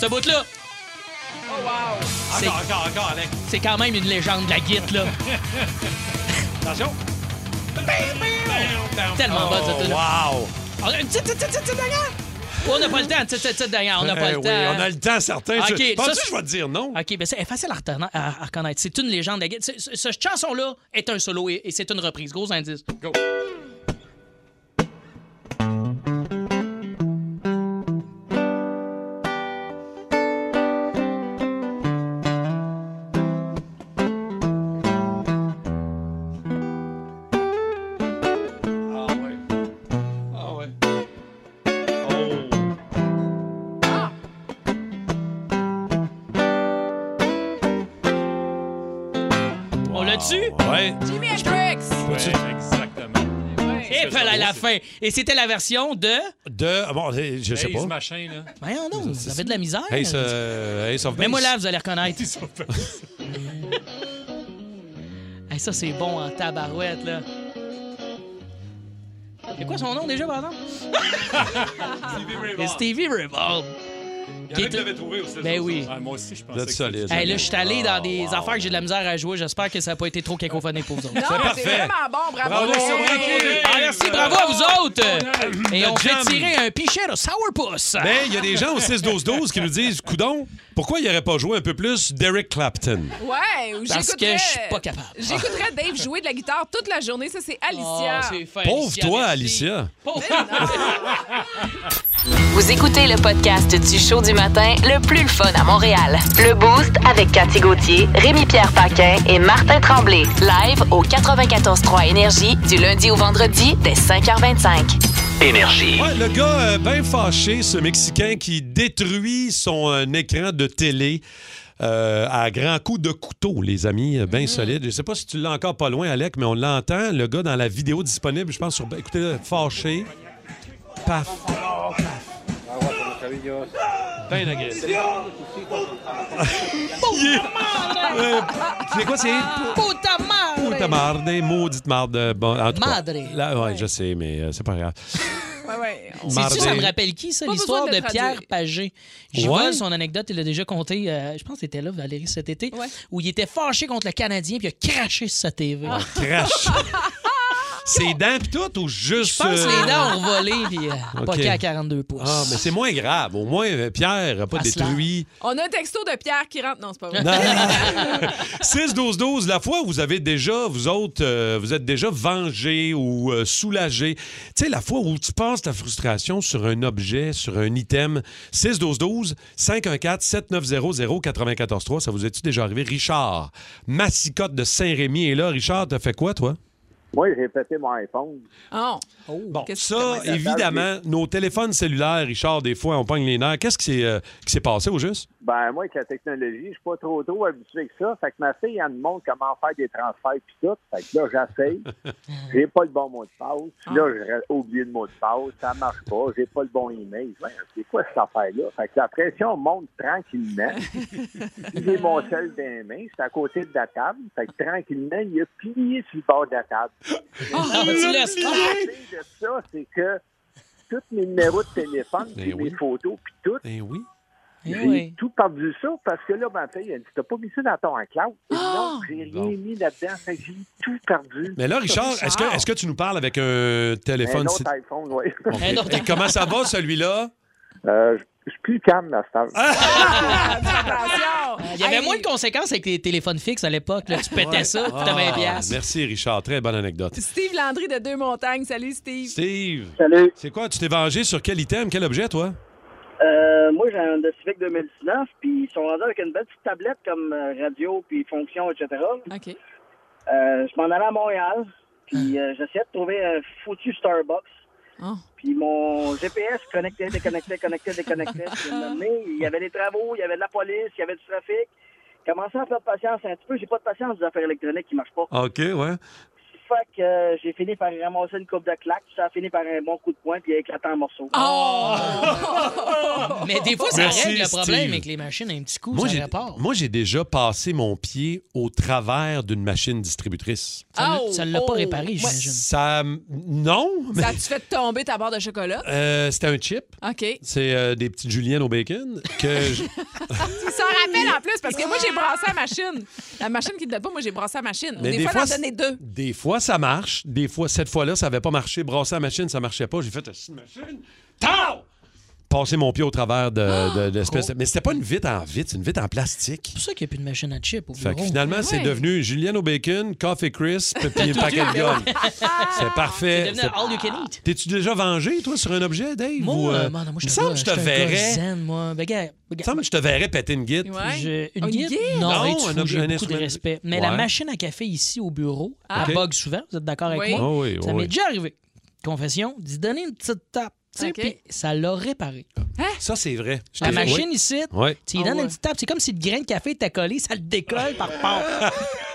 Ce bout-là, C'est-
Oh, Encore, encore, encore, Alex.
c'est quand même une légende de la guite, là.
(laughs) Attention.
Tellement bonne, cette tune-là.
Oh, Wow.
On a une petite, petite, petite, petite dernière. On n'a pas le temps, petite, petite, petite dernière. On n'a Ah, pas
Eh
le
oui,
temps.
on a le temps, certain.
Ok,
Je-
ça,
Penses-tu
c'est-
que je vais te dire non?
OK, ben c'est elle est facile à, retenir- à- à reconnaître. C'est une légende. de la guitare. Ce- ce- Cette chanson-là est un solo et, et c'est une reprise. Gros indice. Go. On l'a tu
Ouais.
Ben, Jimi Hendrix.
Ouais, exactement.
Et voilà la fin. Et c'était la version de.
De. Bon, eh, je sais
Hey, ce
pas.
machin, (laughs) là.
Voyons donc, vous avez de la misère.
Ace, euh, Ace of Base.
Mais moi là, vous allez reconnaître. Hey, ça, c'est bon en tabarouette, là. C'est quoi son nom déjà, par exemple? Stevie Revolve.
Il y en a qui l'avaient trouvé aussi.
Ben oui.
Ah, moi aussi, je
Vous
pensais
êtes
que
solide.
Hey, là, je suis allé dans des affaires que j'ai de la misère à jouer. J'espère que ça n'a pas été trop cacophonique pour vous autres.
Non,
parfait.
c'est vraiment bon. Bravo,
Bravo,
Dave.
bravo, Dave.
Ah, merci, bravo à vous autres! Et
Le
on fait
jam.
tirer un pichet de sourpuss!
Ben, il y a des gens au 6-12-12 qui nous disent Coudon, Pourquoi il aurait pas joué un peu plus Derek Clapton?
Ouais, ou
Parce
j'écouterais-
que je suis pas capable.
J'écouterais Dave jouer de la guitare toute la journée. Ça, c'est Alicia.
Oh,
Pauvre toi, Ben, Alicia.
(laughs)
Vous écoutez le podcast du show du matin le plus le fun à Montréal. Le Boost avec Cathy Gauthier, Rémi-Pierre Paquin et Martin Tremblay. Live au 94.3 Énergie du lundi au vendredi dès 5h25.
Énergie.
Ouais, le gars euh, bien fâché, ce Mexicain qui détruit son euh, écran de télé. euh, à grands coups de couteau, les amis, euh, bien solide. Je sais pas si tu l'as encore pas loin, Alec, mais on l'entend. Le gars dans la vidéo disponible, je pense sur. Écoutez, fâché. Paf. Ben agressif. (laughs) Il est- Euh, C'est quoi, c'est?
Puta madre!
Puta marde, maudite marde. Bon, en tout cas,
Madre.
là, ouais, je sais, mais euh, c'est pas grave.
Ouais, ouais.
Sais-tu, ça
Mardi.
me rappelle qui, ça?
Pas
L'histoire de,
besoin de le
Pierre
traduire.
Pagé. J'y
Ouais.
vois son anecdote, il l'a déjà conté, euh, je pense que c'était là, Valérie, cet été, où il était fâché contre le Canadien puis il a craché sur sa TV.
Ah.
(laughs)
Crash. Ses dents pis tout ou juste.
Je pense que
euh,
les dents ont volé puis euh,
(laughs) OK.
poqué à 42 pouces.
Ah, mais c'est moins grave. Au moins, euh, Pierre n'a pas
À cela.
détruit.
On a un texto de Pierre qui rentre. Non, c'est pas vrai.
Non. (laughs) 6-12-12, la fois où vous avez déjà, vous autres, euh, vous êtes déjà vengé ou euh, soulagé. Tu sais, la fois où tu passes ta frustration sur un objet, sur un item. 6-12-12, 514-7900-943, ça vous est-tu déjà arrivé? Richard, massicotte de Saint-Rémy est là. Richard, t'as fait quoi, toi?
Moi, j'ai pété mon iPhone.
Oh.
Bon, ça, évidemment, nos téléphones cellulaires, Richard, des fois, on pogne les nerfs. Qu'est-ce qui s'est euh, qui s'est passé au juste?
Ben, moi, avec la technologie, je suis pas trop, trop habitué avec ça. Fait que ma fille, elle me montre comment faire des transferts pis tout. Fait que là, j'essaye. J'ai pas le bon mot de passe. Là, j'ai oublié le mot de passe. Ça marche pas. J'ai pas le bon email. Ben, c'est quoi cette affaire-là? Fait que la pression monte tranquillement. J'ai mon sel dans les mains. C'est à côté de la table. Fait que tranquillement, il a plié sur le bord de la table.
Ah, tu laisses.
Le pire de ça, c'est que tous mes numéros de téléphone,
Eh
puis mes photos, puis tout.
Eh
J'ai
oui.
tout perdu ça parce que là, ma fille, elle dit T'as pas mis ça dans ton iCloud? Et Non, j'ai rien mis là-dedans. Fait que J'ai tout perdu.
Mais là, Richard, est-ce que, est-ce que tu nous parles avec un téléphone?
Un autre
c'est-
iPhone, oui.
OK. Et comment ça va,
(laughs)
celui-là?
je suis plus calme, ma star.
Ah,
(laughs) Il y avait moins de conséquences avec les téléphones fixes à l'époque. là. Tu pétais ça, tu t'avais
Ah,
bien.
Merci, Richard. Très bonne anecdote.
Steve Landry de Deux Montagnes. Salut, Steve.
Steve.
Salut.
C'est quoi? Tu t'es vengé sur quel item, quel objet, toi?
Euh, moi, j'ai un de Civic 2019, puis ils sont rendus avec une belle petite tablette comme euh, radio, puis fonction, etc.
OK.
Euh, je m'en allais à Montréal,
Hein?
puis euh, j'essayais de trouver un foutu Starbucks.
Ah.
Puis mon GPS connectait, déconnectait, connectait, déconnectait. puis à un moment donné, il y avait des travaux, il y avait de la police, il y avait du trafic. Commençant à faire de patience un petit peu. J'ai pas de patience des affaires électroniques qui marchent pas.
OK, ouais.
Fait que euh, j'ai fini par ramasser une coupe de claque. Ça a fini par un bon coup de poing, puis il a éclaté en
Oh!
morceaux.
Oh!
Mais des fois, ça
Merci,
règle le problème
Steve.
avec les machines un petit coup,
Moi,
ça
j'ai-
répare.
Moi, j'ai déjà passé mon pied au travers d'une machine distributrice.
Ça ne l'a
oh,
pas réparé, j'imagine.
Ça. Non, mais.
Ça a-tu fait tomber ta barre de chocolat?
Euh, c'était un chip.
OK.
C'est euh, des petites juliennes au bacon que je-
Tu s'en rappelles en plus, parce que moi, j'ai brassé la machine. La machine qui ne donne pas, moi, j'ai brassé la machine.
Mais
des,
des
fois,
fois,
j'en donnais deux.
Des fois, ça marche. Des fois, cette fois-là, ça n'avait pas marché. Brasser la machine, ça marchait pas. J'ai fait Asti de machine. Tao! Passer mon pied au travers
Ah!
de, de- de l'espèce.
Oh!
de- Mais c'était pas une vitre en vitre, c'est une vitre en plastique.
C'est pour ça qu'il n'y a plus de machine à chip au
Fait
bureau.
que finalement, c'est devenu Julienne au bacon, Coffee
(laughs)
Crisp, puis un
Tout
paquet de
dû.
gomme. (laughs) C'est
C'est
parfait.
devenu
C'est-
all you can eat.
T'es-tu déjà vengé, toi, sur un objet, Dave? ou,
Moi,
euh,
euh, man, moi,
il me
je suis un
semble
gars-
que je
je
te
suis un gars
verrais.
zen, moi. Ben, gars,
Il me semble que je te verrais péter une guite.
Je- une guide? Non,
Non,
hey, tu
un
fous,
objet-
j'ai
un
beaucoup de
instrument.
respect. Mais
Ouais.
la machine à café ici au bureau,
Ah.
elle
Ok.
bug souvent. Vous êtes d'accord
Oui.
avec moi?
Ah oui,
ça
oui,
m'est
oui.
déjà arrivé. Confession, d'y donner une petite tape. tu sais,
Ok.
puis ça l'a réparé.
Ça, c'est vrai.
La
Je te-
machine
oui.
ici,
Ouais.
tu lui
Ah
donnes
ouais.
une petite tape. C'est comme si le grain de café t'a collé, ça le décolle par part.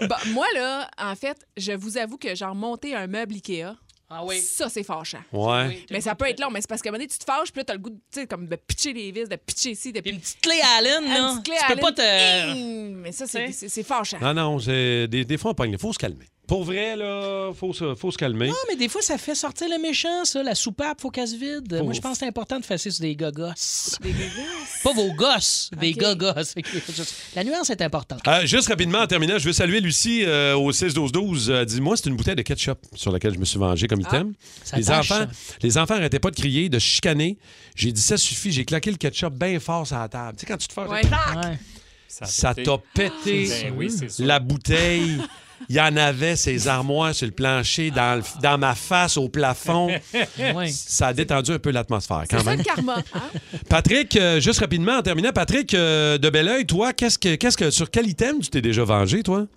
Bah, moi, là, en fait, je vous avoue que, genre, monter un meuble Ikea,
Ah
ça, c'est fâchant.
Ouais.
Mais ça peut être long, mais c'est parce qu'à un moment donné, tu te fâches, puis là, t'as le goût de, tu sais, comme de pitcher les vis, de pitcher ici, de Une petite
clé Allen, là.
Une petite clé
Tu peux
Allen.
pas te-
Ah.
Hing! Mais ça, c'est c'est- c'est fâchant.
Non, non, c'est- des, des fois, on pogne. Il faut se calmer. Pour vrai, là, faut, se- faut se calmer.
Non, mais des fois, ça fait sortir le méchant, ça. La soupape, faut qu'elle se vide.
Faut-
Moi, je pense que c'est important de fesser sur des gogosses. Des gogosses? Pas vos gosses, des gogosses. (laughs) La nuance est importante.
Euh, juste rapidement, en terminant, je veux saluer Lucie euh, au 6-12-12. Euh, Dis-moi, c'est une bouteille de ketchup sur laquelle je me suis vengé comme item.
ça
les,
tâche,
enfants,
ça.
les enfants n'arrêtaient pas de crier, de chicaner. J'ai dit, ça suffit, j'ai claqué le ketchup bien fort sur la table. Tu sais, quand tu te fais.
Ouais.
Ça t'a pété
Ben oui, c'est sûr.
la bouteille. Il y en avait ses armoires sur le plancher, dans, le- dans ma face, au (laughs) plafond.
Oui.
Ça a détendu un peu l'atmosphère, quand
C'est ça
même.
le karma. hein?
Patrick, euh, juste rapidement, en terminant, Patrick euh, de Belleuil, toi, qu'est-ce que, qu'est-ce que, sur quel item tu t'es déjà vengé, toi?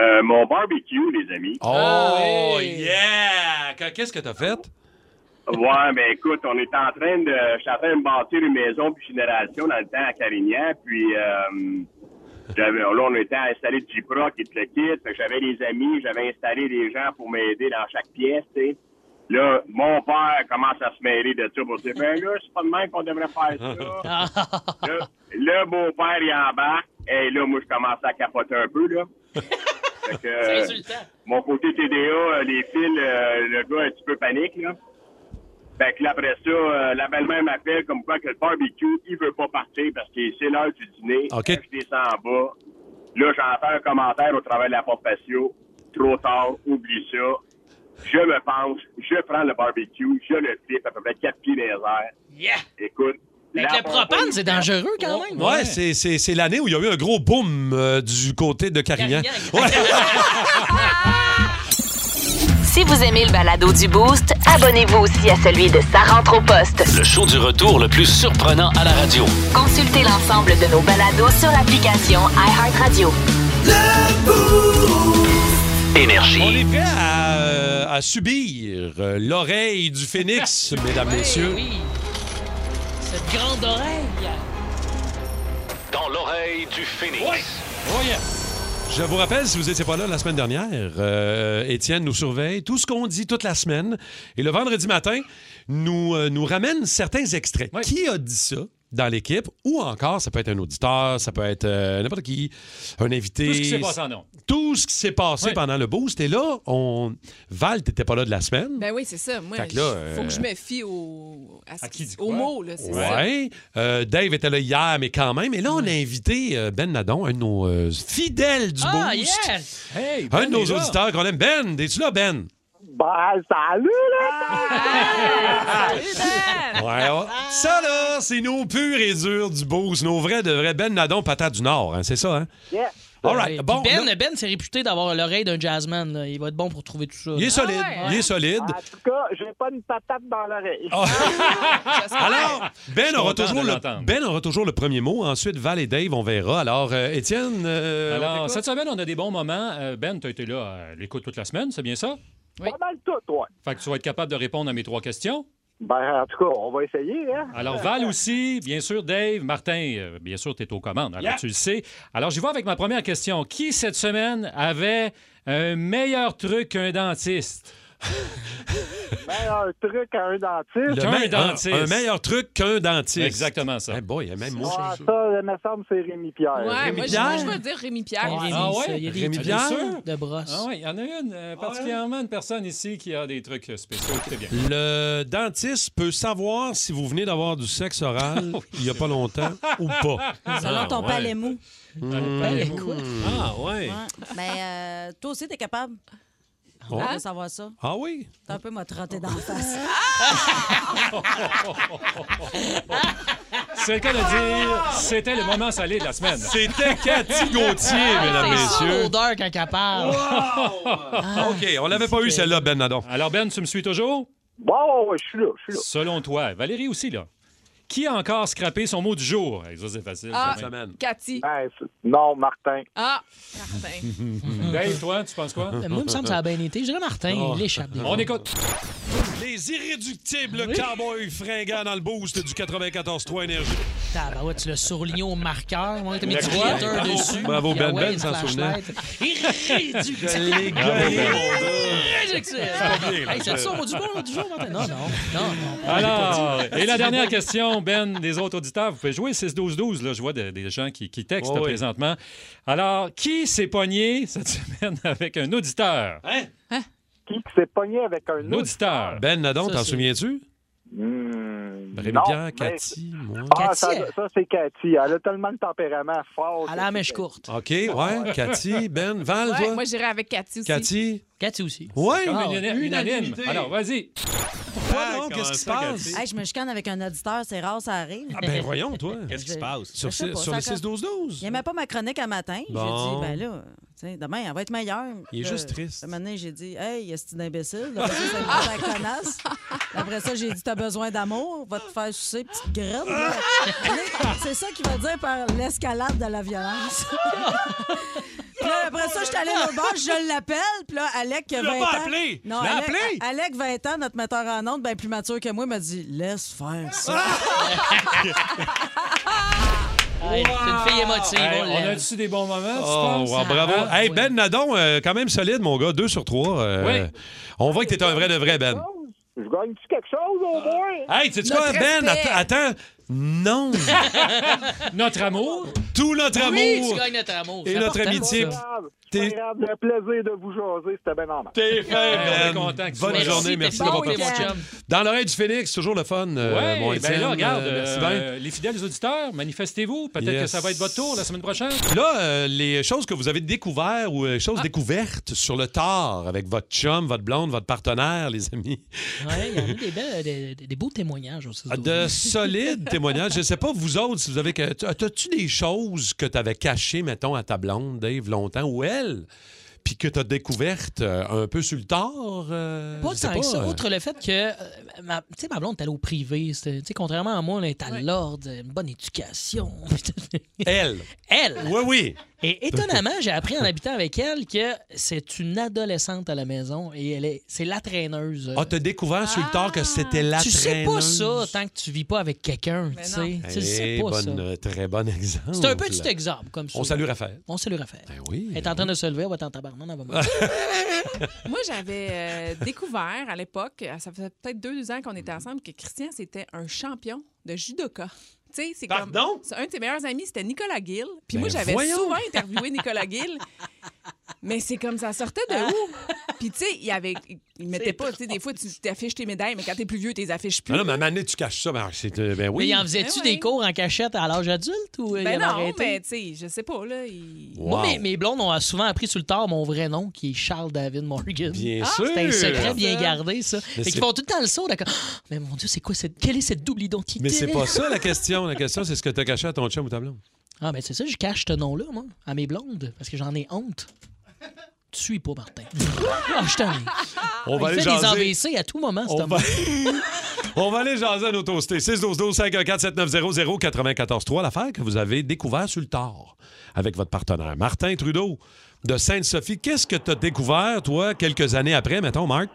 Euh, mon barbecue, les amis.
Oh, yeah! Qu- Qu'est-ce que t'as fait?
Ouais, mais écoute, on est en train de. Je suis en train de bâtir une maison puis génération dans le temps à Carignan. Puis euh, j'avais- là, on était installé du Jiproc et tout le kit. Fait que J'avais des amis, j'avais installé des gens pour m'aider dans chaque pièce, tu sais. Là, mon père commence à se mêler de ça pour dire Ben là, c'est pas de même qu'on devrait faire ça. là, là, mon père, il embarque. Et là, moi, je commence à capoter un peu, là. Fait que,
C'est
Euh,
insultant.
Mon côté TDA, euh, les fils, euh, le gars, un petit peu panique, là. Fait que là, après ça, euh, la belle-mère m'appelle comme quoi que le barbecue, il veut pas partir parce que c'est l'heure du dîner.
OK.
Là, Je descends en bas. Là, j'entends un commentaire au travers de la porte patio. Trop tard, oublie ça. Je me penche, je prends le barbecue, je le flippe à peu près 4 pieds dans les airs.
Yeah!
Écoute.
Avec
la
le propane, c'est dangereux quand même. hein?
Ouais, c'est, c'est- c'est l'année où il y a eu un gros boom euh, du côté de Carignan.
Si vous aimez le balado du Boost, abonnez-vous aussi à celui de Sa rentre au poste.
Le show du retour le plus surprenant à la radio.
Consultez l'ensemble de nos balados sur l'application iHeartRadio.
Énergie.
On est prêt à, euh, à subir euh, l'oreille
(laughs)
du phénix, mesdames, messieurs.
Cette grande oreille.
Dans l'oreille du phénix.
Oh,
Je vous rappelle, si vous n'étiez pas là la semaine dernière, euh, Étienne nous surveille tout ce qu'on dit toute la semaine. Et le vendredi matin, nous, euh, nous ramène certains extraits. Qui a dit ça dans l'équipe? Ou encore, ça peut être un auditeur, ça peut être euh, n'importe qui, un invité.
Tout ce qui s'est passé en ondes.
Tout ce qui s'est passé
Oui.
pendant le boost. Et là, on... Val, t'étais pas là de la semaine.
Ben oui, c'est ça. Moi,
Fait
il
que là, euh,
faut que je me fie au, à ce qui-
dit
aux mots, là, c'est ça.
Ouais. Euh, Dave était là hier, mais quand même. Et là, on a invité euh, Ben Nadon, un de nos euh, fidèles du
Ah,
boost.
yes! Hey,
Un
ben
de nos
est là.
auditeurs qu'on aime. Ben, es-tu là, Ben?
Ben, salut,
là!
Ouais, ouais. Ça, là, c'est nos purs et durs du boost, nos vrais de vrais Ben Nadon, patate du Nord, hein, c'est ça, hein?
Yeah.
All right,
Puis
bon,
ben,
là-
ben c'est réputé d'avoir l'oreille d'un jazzman. là. Il va être bon pour trouver tout ça.
Il est
là.
solide, il est solide.
Ah,
En tout cas, j'ai pas une patate dans l'oreille.
Alors, ben
suis
aura,
content
toujours
de
le,
l'entendre.
ben aura toujours le premier mot. Ensuite, Val et Dave, on verra. Alors, euh, Étienne. euh, on
Alors,
t'écoute?
cette semaine, on a des bons moments. Euh, Ben, tu as été là à l'écoute toute la semaine, c'est bien ça?
Oh.
Pas mal tout, toi.
Fait que tu vas être capable de répondre à mes trois questions.
Ben, en tout cas, on va essayer, hein?
Alors, Val aussi, bien sûr, Dave, Martin, euh, bien sûr, tu es aux commandes, alors
Yeah.
tu le sais. Alors, j'y vais avec ma première question. Qui, cette semaine, avait un meilleur truc
(laughs)
qu'un dentiste?
Ben, un truc à un dentiste.
Le
qu'un
me- un-
dentiste.
Un, meilleur truc qu'un dentiste.
Exactement ça.
Eh boy, même moi.
Ah, ça, il me semble que c'est Rémi Pierre.
Ouais, moi, je- moi, je veux dire Rémi Pierre.
Ah,
aussi.
ah ouais?
ça, il y a des
Rémi
petits
Pierre?
trucs de brosse.
Ah oui, il y en a une, euh, particulièrement une personne ici qui a des trucs euh, spéciaux. Très bien.
Le dentiste peut savoir si vous venez d'avoir du sexe (laughs) oral il n'y a pas longtemps ou pas.
Selon ton palais mou.
Mmh.
Palais mou.
Ah, ouais.
Mais euh, toi aussi, t'es capable
Ouais.
de savoir ça.
Ah oui?
T'as un peu m'a trotté dans la face.
C'est le cas de dire, c'était le moment salé de la semaine.
C'était Cathy Gauthier, mesdames,
C'est ça
messieurs.
l'odeur quand elle parle.
OK, on l'avait pas eu celle-là, Ben Nadon.
Alors, Ben, tu me suis toujours?
Bon, je suis là, je suis là.
Selon toi, Valérie aussi, là. Qui a encore scrappé son mot du jour? Eh, Ça, c'est facile.
Ah,
ça, même.
Cathy.
Ben, c'est- non, Martin.
Ah, Martin.
Dave, Ben, toi, tu penses quoi?
Moi, il me semble que ça a bien été. Je dirais Martin,
Oh.
il échappe des
On écoute.
Les irréductibles cowboys fringants dans le boost du 94-3 Énergie.
Ah, bah ouais, tu l'as surligné au marqueur. Ouais, t'as mis
Mais
du
quoi?
glitter
Bravo.
dessus.
Bravo,
Puis, ah
Ben,
ouais,
Ben
une
s'en
flashlight.
souvenait.
Irréductible.
Je l'ai gueulé, mon gars.
j'ai que ça.
C'est pas bien, là.
Hey, c'est ça, au mot du bon, du jour, Martin? Non, non. Non, non.
Alors,
J'ai pas dit.
Ah, et la dernière question, Ben, des autres auditeurs, vous pouvez jouer 6-12-12. Là, je vois de- des gens qui, qui textent
Oh oui.
présentement. Alors, qui s'est pogné cette (laughs) semaine avec un auditeur?
Qui s'est pogné avec un
Un auditeur.
Ben Nadon,
Ça,
t'en
c'est-
souviens-tu?
non,
Rémi-Pierre,
mais-
Cathy, moi.
Hmm. Ah, ça, ça, c'est Cathy. Elle a tellement le tempérament fort.
À la mèche courte.
OK, ouais. Cathy, Ben, Val,
Ouais,
toi?
moi, j'irai avec Cathy aussi.
Cathy?
Cathy aussi.
Ouais.
Comme
Ah,
une- une- unanime.
unanimité.
Alors, vas-y.
Pourquoi non? Qu'est-ce qui se passe?
Hey, je me chicane avec un auditeur, c'est rare, ça arrive.
Ah, ben voyons, (laughs) toi.
Qu'est-ce qui se passe?
Sur,
Je sais pas,
sur le
ça commence-
6-12-12?
Il n'aimait pas ma chronique à matin.
Bon.
J'ai dit, ben là, tu sais, demain, elle va être meilleure.
Il est
Là,
juste triste.
Le matin, j'ai dit, hey, est-ce que imbécile? Après ça, ça a été la connasse. Ah. Après ça, j'ai dit, t'as besoin d'amour, va te faire sucer, petite graine. là.
(laughs)
C'est ça qu'il va dire par l'escalade de la violence. Puis là, après ça, je suis allée au bar, je l'appelle. Puis là, Alec,
Tu
20
l'as
ans.
pas appelé!
Non,
Tu l'as
Alec,
appelé!
Alec, 20 ans, notre metteur en ondes, bien plus mature que moi, m'a dit, laisse faire ça.
Hey, C'est une fille émotive.
Hey,
on
on
l'aime.
a-tu des bons moments, tu
Oh,
penses? Hein?
wow, bravo. Hey, Ben Nadon, euh, quand même solide, mon gars. 2 sur 3.
Oui. Oh.
On voit que t'es un vrai de vrai, Ben.
Je gagne-tu quelque chose
Ah.
au moins?
Hey, tu sais
Notre
quoi, Ben?
respect.
Att- attends.
(laughs)
Non.
notre amour.
Tout notre
Oui,
amour.
tu gagnes notre amour.
Et
C'est
notre
important,
amitié.
ça.
Ah,
T'es-
C'est pas grave, le plaisir de vous jaser, c'était bien normal.
T'es fait,
Hey, on est
Ben.
content que tu
Bonne
sois là. Merci,
journée, merci
t'es
d'avoir
Ben.
bon, t'es
participé.
mon chum.
Dans l'oreille du Phoenix, toujours le fun, euh,
Ouais,
mon
ben
Étienne.
là, regarde,
Euh, merci
euh,
bien.
les fidèles auditeurs, manifestez-vous. Peut-être
Yes.
que ça va être votre tour la semaine prochaine.
Là, euh, les choses que vous avez découvertes ou euh,
Ah.
choses découvertes sur le tard avec votre chum, votre blonde, votre partenaire, les amis.
Ouais, il y en a des, belles, des, des- des beaux témoignages aussi.
De solides témoignages. Je sais pas, vous autres, si vous avez. que- ah, T'as-tu des choses que t'avais cachées, mettons, à ta blonde, Dave, longtemps, ou elle, puis que t'as découvertes euh, un peu sur le tard? euh,
Pas
je sais
tant que ça.
euh,
Autre le fait que, euh, ma, tu sais, ma blonde est allée au privé. c'était- Tu sais, contrairement à moi, elle est à l'ordre, euh, une bonne éducation. (laughs)
Elle.
Elle.
Oui, oui.
Et étonnamment, j'ai appris en habitant avec elle que c'est une adolescente à la maison et elle est, c'est la traîneuse.
Ah, t'as découvert sur le tard que c'était la
Ah! tu sais pas
traîneuse.
ça tant que tu vis pas avec quelqu'un, tu sais. Tu le sais
Eh,
pas ça.
bonne- euh, Très bon exemple.
C'est un petit exemple comme ça.
On salue Raphaël.
On salue Raphaël.
oui. Ah
Elle est en train de se lever, elle va être en
(laughs)
tabarnane, elle va mourir.
Moi, j'avais euh, découvert à l'époque, euh, ça faisait peut-être deux ans qu'on était ensemble, que Christian, c'était un champion de judoka. Tu sais, c'est comme-
Pardon?
c'est Un de tes meilleurs amis, c'était Nicolas Gill. Puis
Ben
moi, j'avais
voyons!
souvent interviewé Nicolas Gill. Mais c'est comme ça sortait de où? Puis tu sais, il y avait il- il mettait pas, tu sais, des fois tu t'affiches tes médailles, mais quand t'es plus vieux, tu les affiches plus.
Non, non, mais à un moment donné, tu caches ça. Ben, c'est, euh, ben oui.
Mais en faisais-tu
Ben
des
oui.
cours en cachette à l'âge adulte ou euh, il
Ben
en a
non,
arrêté?
mais tu sais, je sais pas là, il-
Moi,
Wow.
mes, mes blondes ont souvent appris sur le tard mon vrai nom, qui est Charles David Morgan.
Bien
Ah,
sûr.
C'est un secret bien
Ça.
gardé, ça.
Mais
Fait qu'ils
c'est-
font tout le temps le saut, d'accord. Mais mon Dieu, c'est quoi cette... Quelle est cette double identité?
Mais c'est pas ça la question. La question, c'est ce que t'as caché à ton chum ou ta blonde.
Ah, ben c'est ça, je cache ce nom-là, moi, à mes blondes, parce que j'en ai honte. Tu suis pas, Martin. Ah, je t'en ai.
On
Il
va aller
fait des
jaser.
AVC à tout moment, cet
On
homme.
va... On va aller jaser à nos toastés. 6 12 12 514 7900 94 3 l'affaire que vous avez découvert sur le tard avec votre partenaire. Martin Trudeau de Sainte-Sophie, qu'est-ce que tu as découvert, toi, quelques années après, mettons, (laughs) Marc?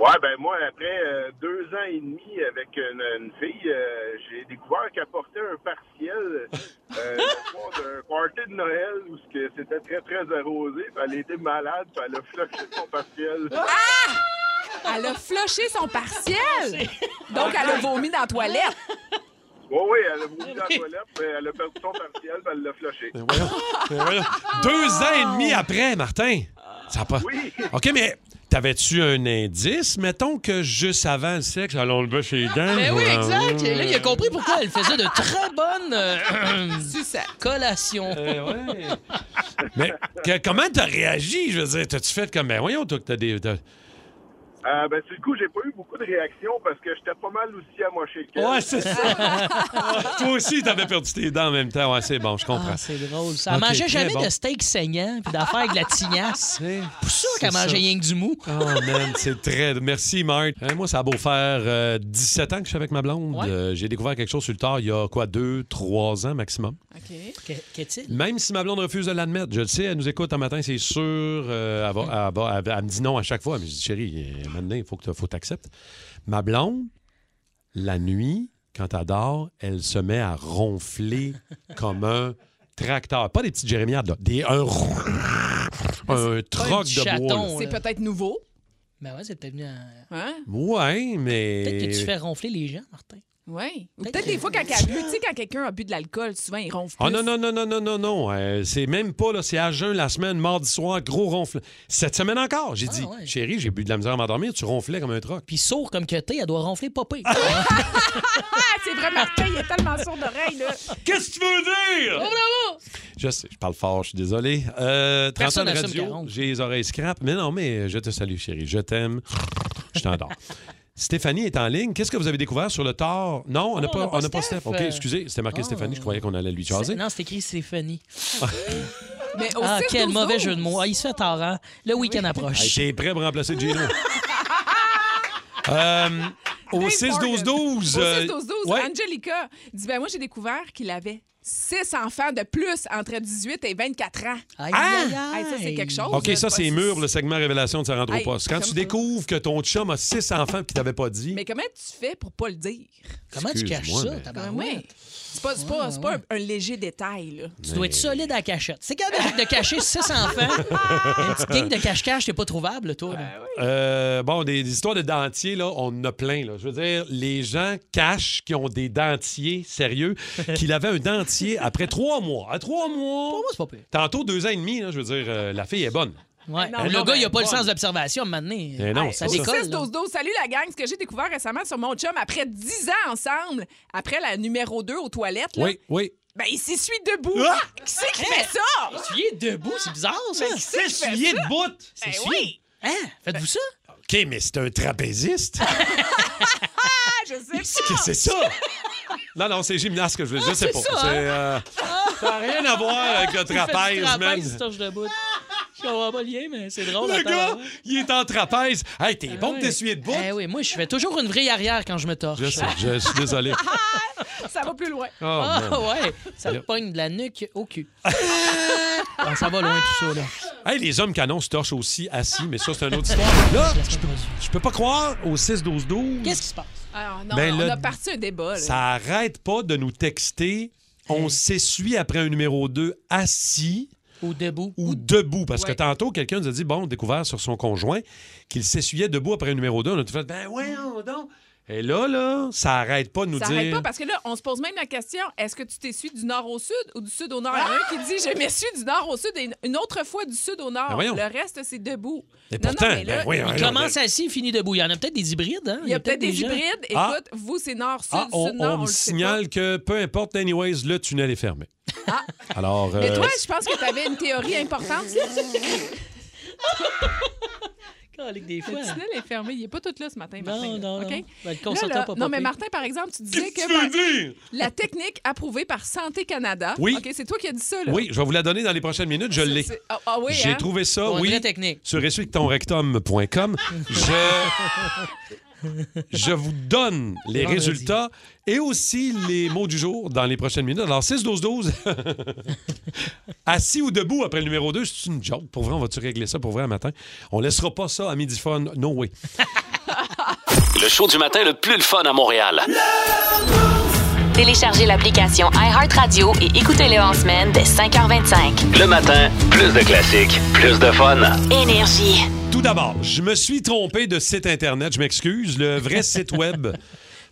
Ouais, ben moi, après euh, deux ans et demi avec une, une fille, euh, j'ai découvert qu'elle portait un partiel
(laughs)
euh, le soir d'un party de Noël où ce que c'était très, très arrosé. puis Elle était malade, puis elle a flushé son partiel.
Elle a floché son partiel. Donc elle a vomi dans la toilette.
Oui, oui, elle a voulu dans la toilette, puis elle a perdu son partiel, puis elle l'a flushé.
Deux ans et demi après, Martin. Ça a pas... OK, mais t'avais-tu un indice, mettons, que juste avant le sexe, allons le bas chez les dents?
Ben oui,
voilà.
exact. Et là, il a compris pourquoi elle faisait de très bonnes euh, collations.
(laughs) Mais que- comment t'as réagi? Je veux dire, t'as-tu fait comme, ben voyons, toi, que t'as des... t'as-
Euh, ben, sur le coup, j'ai pas eu beaucoup de réactions parce que j'étais pas mal aussi amoché qu'elle.
Ouais, c'est ça. toi aussi, t'avais perdu tes dents en même temps. Ouais, c'est bon, je comprends.
Ah, c'est drôle. Ça
Ah, Ok,
mangeait
très
jamais
bon.
de steak saignant puis d'affaires avec de la tignasse. Pour ça
(laughs) C'est
qu'elle mangeait
ça.
rien que du mou.
Oh man, c'est très. Merci, Marc. Hein, moi, ça a beau faire euh, 17 ans que je suis avec ma blonde.
Ouais.
Euh, J'ai découvert quelque chose sur le tard il y a quoi, 2-3 ans maximum.
Que- Qu'est-il?
Même si ma blonde refuse de l'admettre, je le sais, elle nous écoute un matin, c'est sûr. euh, elle, va- elle va- elle- elle me dit non à chaque fois. Mais je dis, chérie, euh, maintenant, il faut que tu- faut que t'acceptes. Ma blonde, la nuit, quand elle dort, elle se met à
(laughs)
ronfler comme un tracteur. Pas des petites jérémiades, là. Des, un, un troc
petit
de bois. là.
C'est peut-être nouveau. hein?
Ben ouais, c'est peut-être venu en-
Ouais, mais.
Peut-être que tu fais ronfler les gens, Martin.
Oui. Ou peut-être des fois, quand, elle a bu- tu sais, quand quelqu'un a bu de l'alcool, souvent, il ronfle plus.
Ah non, non, non, non, non, non, non. Euh, c'est même pas, là, c'est à jeun la semaine, mardi soir, gros ronfle. Cette semaine encore,
Ah,
j'ai dit, chérie, j'ai bu de la misère à m'endormir, tu ronflais comme un troc.
Puis sourd comme que t'es, elle doit ronfler popé.
Ah, c'est vrai, Martin, il est tellement sourd d'oreille, là.
Qu'est-ce que tu veux dire?
bravo!
Je sais, je parle fort, je suis désolé. Euh, 30 ans
Personne
de
n'assume
radio,
40.
j'ai les oreilles scrap. Mais non, mais je te salue, chérie, je t'aime, je t'endors. Stéphanie est en ligne. Qu'est-ce que vous avez découvert sur le tard? Non, on n'a
Oh,
pas, on n'a pas Steph. OK,
euh,
excusez, c'était marqué
oh.
Stéphanie, je croyais qu'on allait lui
C'est-
jaser.
Non, c'est écrit Stéphanie.
Mais au
ah,
cirque
quel
aux
mauvais
ours.
jeu de mots. Ah, il se fait tard, hein? Le week-end
Hey,
approche.
T'es prêt pour remplacer Gino? Euh, au 6-12-12. euh,
Au 6-12-12,
ouais.
Angelica dit ben moi, j'ai découvert qu'il avait six enfants de plus entre 18 et 24 ans. Ah!
aïe,
Hey, ça, c'est quelque chose.
OK,
là,
ça,
de
c'est
pas-
mûr, le segment révélation de Sarah
Hey,
Andropos. Quand tu
comme-
découvres que ton chum a six enfants et qu'il t'avait pas dit.
Mais comment tu fais pour pas le dire?
Comment tu
Excuse-moi,
caches ça,
mais-
Ben
tabarouette?
oui. C'est pas, c'est pas, c'est pas un, un léger détail, là.
Tu dois être solide à la cachette. C'est quand même de cacher six
(laughs)
enfants. Une petite gang de cache-cache, t'es pas trouvable, toi. là.
Ben
Euh, bon, des, des histoires de dentiers, là, on en a plein. Là. Je veux dire, les gens cachent qui ont des dentiers sérieux, qu'il avait un dentier après trois mois. À trois mois. Tantôt deux ans et demi, là, je veux dire, euh, la fille est bonne.
Ouais.
Non,
le
non,
gars,
ben,
il a pas le
bonne.
sens d'observation, maintenant.
Eh non,
ça
c'est ça.
décolle. là.
6-12-12, salut la gang. Ce que j'ai découvert récemment sur mon chum, après 10 ans ensemble, après la numéro 2 aux toilettes, là,
Oui, oui.
ben il s'essuie debout.
Ah!
Qui c'est qui fait ça?
Essuyé debout, c'est bizarre, ça.
Mais qui c'est qui fait
Essuyé
ça?
de bout.
Ben
Essuyé.
oui.
Hein? Faites-vous ça?
OK, mais c'est un trapéziste.
Ah, je sais
Qu'est-ce que c'est ça? Non, non, c'est gymnaste que je veux dire. Je sais
c'est
pas.
ça,
C'est,
hein?
euh, ça n'a rien à voir avec le
(laughs) Il fait du
trapèze, man.
trapèze, il se torche debout.
Ah!
Je comprends pas le lien, mais c'est drôle.
Le
attends,
gars,
ouais.
il est en trapèze. Hey, t'es bon
Ouais.
pour t'essuyer de bout?
Eh oui, moi, je fais toujours une vrille arrière quand je me torche.
Je sais, je suis désolé.
Ça va plus loin.
Oh,
Ah
man.
ouais, ça te
Là.
pogne de la nuque au
(laughs)
cul. Ah, ça va loin tout ça, là.
Hey, les hommes canons se torchent aussi assis, mais ça, c'est une autre histoire.
(laughs)
Là, je peux, je peux pas croire au 6-12-12.
Qu'est-ce qui se passe?
Alors, non,
Ben,
on
là,
a parti un débat. Là.
Ça arrête pas de nous texter. On s'essuie après un numéro 2 assis.
Ou debout.
Ou debout. Parce
Ouais.
que tantôt, quelqu'un nous a dit, bon, découvert sur son conjoint qu'il s'essuyait debout après un numéro 2. On a tout fait, ben ouais, on donc. Et là, là, ça arrête pas de nous
Ça arrête
dire.
pas parce que là, on se pose même la question est-ce que tu t'essuies du nord au sud ou du sud au nord Il y en a un qui dit je m'essuie du nord au sud et une- une autre fois du sud au nord.
Ben voyons.
le reste, c'est debout.
Mais
Non, non,
pourtant,
mais là,
ben voyons,
Il
voyons,
commence assis, il finit debout. Il y en a peut-être des hybrides, hein?
Il y a peut-être des
gens-
hybrides.
Ah.
Écoute, vous, c'est nord-sud,
Ah, on,
sud-nord,
on
on,
me
le sait pas. Ah.
signale que peu importe, anyways, le tunnel est fermé. Alors.
Mais
euh,
toi, je pense que tu avais une théorie importante.
Calique, des fois.
Le
Ah,
tunnel est fermé. Il n'est pas tout là ce matin, Martin. là.
non, non.
OK?
Ben, le concentre
Là, là,
pas,
Non, mais
papy.
Martin, par exemple, tu disais que...
tu veux dire?
La technique approuvée par Santé Canada.
Oui.
OK, c'est toi qui as dit ça, là.
Oui, je vais vous la donner dans les prochaines minutes. Je l'ai.
C'est- Ah, ah oui,
J'ai
hein?
trouvé ça,
Pour une
oui.
vraie technique.
Sur essuie-ton-rectum.com. je... je vous donne les
Vendredi.
résultats et aussi les mots du jour dans les prochaines minutes. Alors, 6-12-12. (laughs) Assis ou debout après le numéro 2, c'est une joke. Pour vrai, on va-tu régler ça pour vrai un matin? On laissera pas ça à midi fun. No way.
Le show du matin le plus le fun à Montréal.
Téléchargez l'application iHeartRadio et écoutez-le en semaine dès 5h25.
Le matin, plus de classiques, plus de fun.
Énergie.
Tout d'abord, je me suis trompé de site Internet, je m'excuse. Le vrai
(laughs)
site Web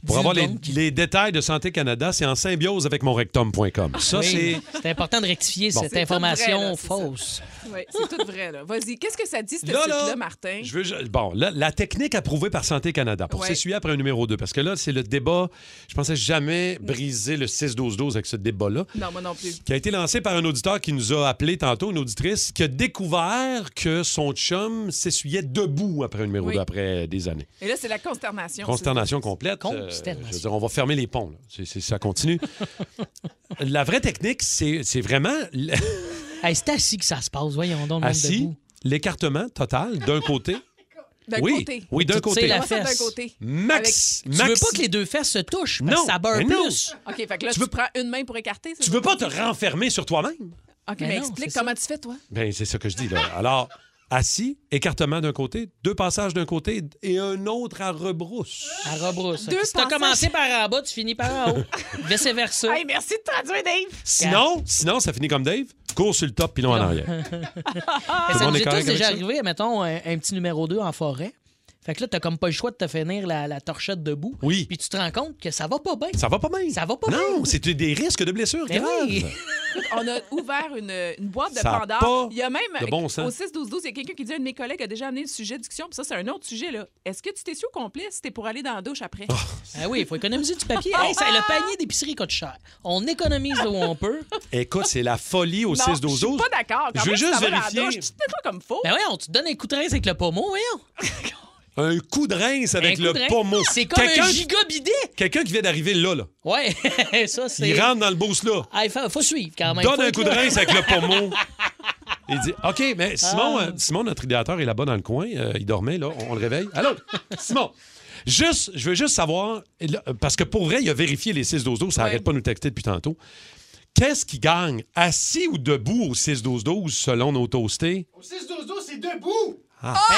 pour
Dis
avoir les,
donc.
les détails de Santé Canada, c'est en symbiose avec monrectum.com. Ça,
Oui.
c'est.
C'est important de rectifier
Bon.
cette
C'est
tout vrai, là,
information
c'est ça.
fausse.
Oui, c'est tout vrai, là. Vas-y, qu'est-ce que ça dit, ce
Là, là,
titre-là, Martin?
Je veux, ju- bon, là, la technique approuvée par Santé Canada pour
Ouais.
s'essuyer après un numéro 2, parce que là, c'est le débat. Je pensais jamais briser le 6-12-12 avec ce débat-là.
Non, moi non plus.
qui a été lancé par un auditeur qui nous a appelé tantôt, une auditrice, qui a découvert que son chum s'essuyait debout après un numéro
Oui.
2, après des années.
Et là, c'est la consternation.
Consternation complète. Euh,
Consternation.
je veux dire, on va fermer les ponts. là. C'est- c'est- ça continue. (laughs) la vraie technique, c'est c'est vraiment l-
Hey, c'est assis que ça se passe, voyons donc. le monde
assis,
debout.
l'écartement total d'un côté.
D'un
oui,
côté.
Oui, d'un
Tu tires
côté.
la
Moi, ça, d'un
fesse.
côté.
Max,
Tu veux
max-
pas que les deux fesses se touchent, parce
Non,
que ça beurre
mais non.
plus.
OK, fait que là,
Tu
tu,
veux-
prends une main pour écarter. c'est
Tu
ça?
veux pas te renfermer sur toi-même?
OK,
Mais
mais,
non,
explique
c'est
comment tu fais, toi.
Ben, c'est ça que je dis. Là. Alors, assis, écartement d'un côté, deux passages d'un côté et un autre à rebrousse.
À rebrousse.
Deux
Si t'as
passages.
commencé par en bas, tu finis par
(laughs)
en haut. Vice versa.
Hey, merci de traduire, Dave.
Sinon, sinon, ça finit comme Dave. Cours sur le top,
(laughs)
puis non en arrière.
Mais
Tout le
ça
monde
nous
est correct
est tous
avec
déjà
ça?
arrivé, mettons, un, un petit numéro 2 en forêt. Fait que là, t'as comme pas le choix de te finir la, la torchette debout.
Oui.
Puis tu te rends compte que ça va pas bien.
Ça va pas bien.
Ça va pas bien.
Non, c'est des risques de blessures
Mais
graves.
oui.
On a ouvert une, une boîte de
Ça a
Pandore.
pas
il y a même
de bon sens.
au 6 12 12, il y a quelqu'un qui dit un de mes collègues a déjà amené le sujet de discussion, puis ça c'est un autre sujet là. Est-ce que tu t'es su au complice c'était pour aller dans la douche après
Ah oui, il faut économiser du papier. Hey, ça,
Ah!
le panier d'épicerie coûte cher. On économise où on peut.
Écoute, c'est la folie au
Non,
6 12
Je suis pas d'accord. Quand
Je veux
même, tu
juste
t'en vas dans la
vérifier.
douche, Tu te mets pas comme faux.
Ben voyons, tu te donnes un coup de rince avec le pommeau, voyons.
Un coup de rince avec
Un coup
le
de rince.
pommeau.
C'est comme un
Quelqu'un-
giga bidet.
Quelqu'un qui vient d'arriver là, là.
Ouais, (laughs) ça, c'est.
Il rentre dans le boost là.
Ah, il faut, faut suivre quand même.
Donne
Faut
un
être
coup de
là.
rince avec le
(laughs)
pommeau. Il dit OK, mais Simon,
Ah.
euh, Simon notre idéateur est là-bas dans le coin. Euh, il dormait, là. On, on le réveille. Allô, Simon. Juste, je veux juste savoir, là, euh, parce que pour vrai, il a vérifié les 6-12-12, ça n'arrête pas de nous texter depuis tantôt. Qu'est-ce qui gagne, assis ou debout au 6-12-12, selon nos toastés?
Au 6-12-12, c'est debout!
Ah.
Mais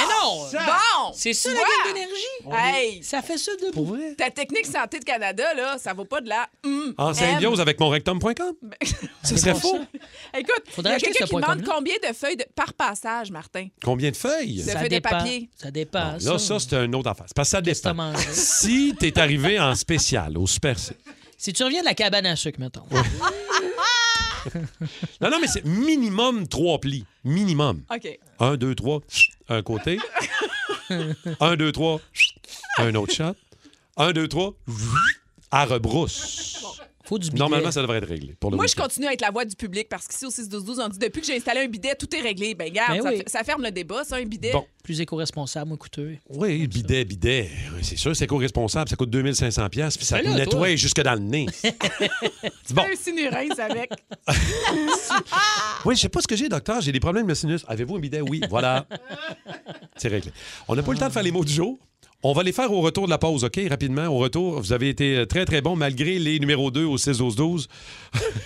Ben non!
Bon!
C'est ça
tu
la
vois?
gamme d'énergie?
Hey!
Ça fait ça debout.
Ta technique santé de Canada, là, ça vaut pas de la. mm,
En
M.
symbiose avec monrectum.com?
Ben,
Ce serait
bon,
faux.
Écoute, il y
Faudrait
a
acheter
quelqu'un
ce
qui demande
point-com-là.
combien de feuilles de- par passage, Martin.
Combien de feuilles?
Ça fait des papiers.
Ça dépend.
Là, ça, c'est un autre affaire. C'est parce que ça dépend.
mangé?
Si t'es arrivé en spécial au Super C.
Si tu reviens de la cabane à sucre, mettons.
Non, non, mais c'est minimum trois plis. Minimum.
OK.
Un, deux, trois, un côté. Un, deux, trois, un autre shot. Un, deux, trois, à rebrousse.
Faut du
Normalement, ça devrait être réglé. Pour le
Moi, je
week-end.
continue à être la voix du public parce qu'ici, au 6-12-12, on dit depuis que j'ai installé un bidet, tout est réglé. Ben, garde,
Ben
ça,
oui.
fait- ça ferme le débat, ça, un bidet.
Bon.
Plus éco-responsable, moins coûteux.
Oui, bidet, bidet. Oui, C'est sûr, c'est co-responsable. Ça coûte 2500$, puis ça
Ben
te
là,
nettoie
toi.
jusque dans le nez.
(laughs) Tu
Bon.
fais un sinurince avec.
Oui, je sais pas ce que j'ai, docteur. J'ai des problèmes de sinus. Avez-vous un bidet? Oui, voilà. C'est réglé. On n'a pas eu le temps de faire les mots du jour. On va les faire au retour de la pause, OK? Rapidement, au retour. Vous avez été très, très bon malgré les numéros 2 au 6-12-12.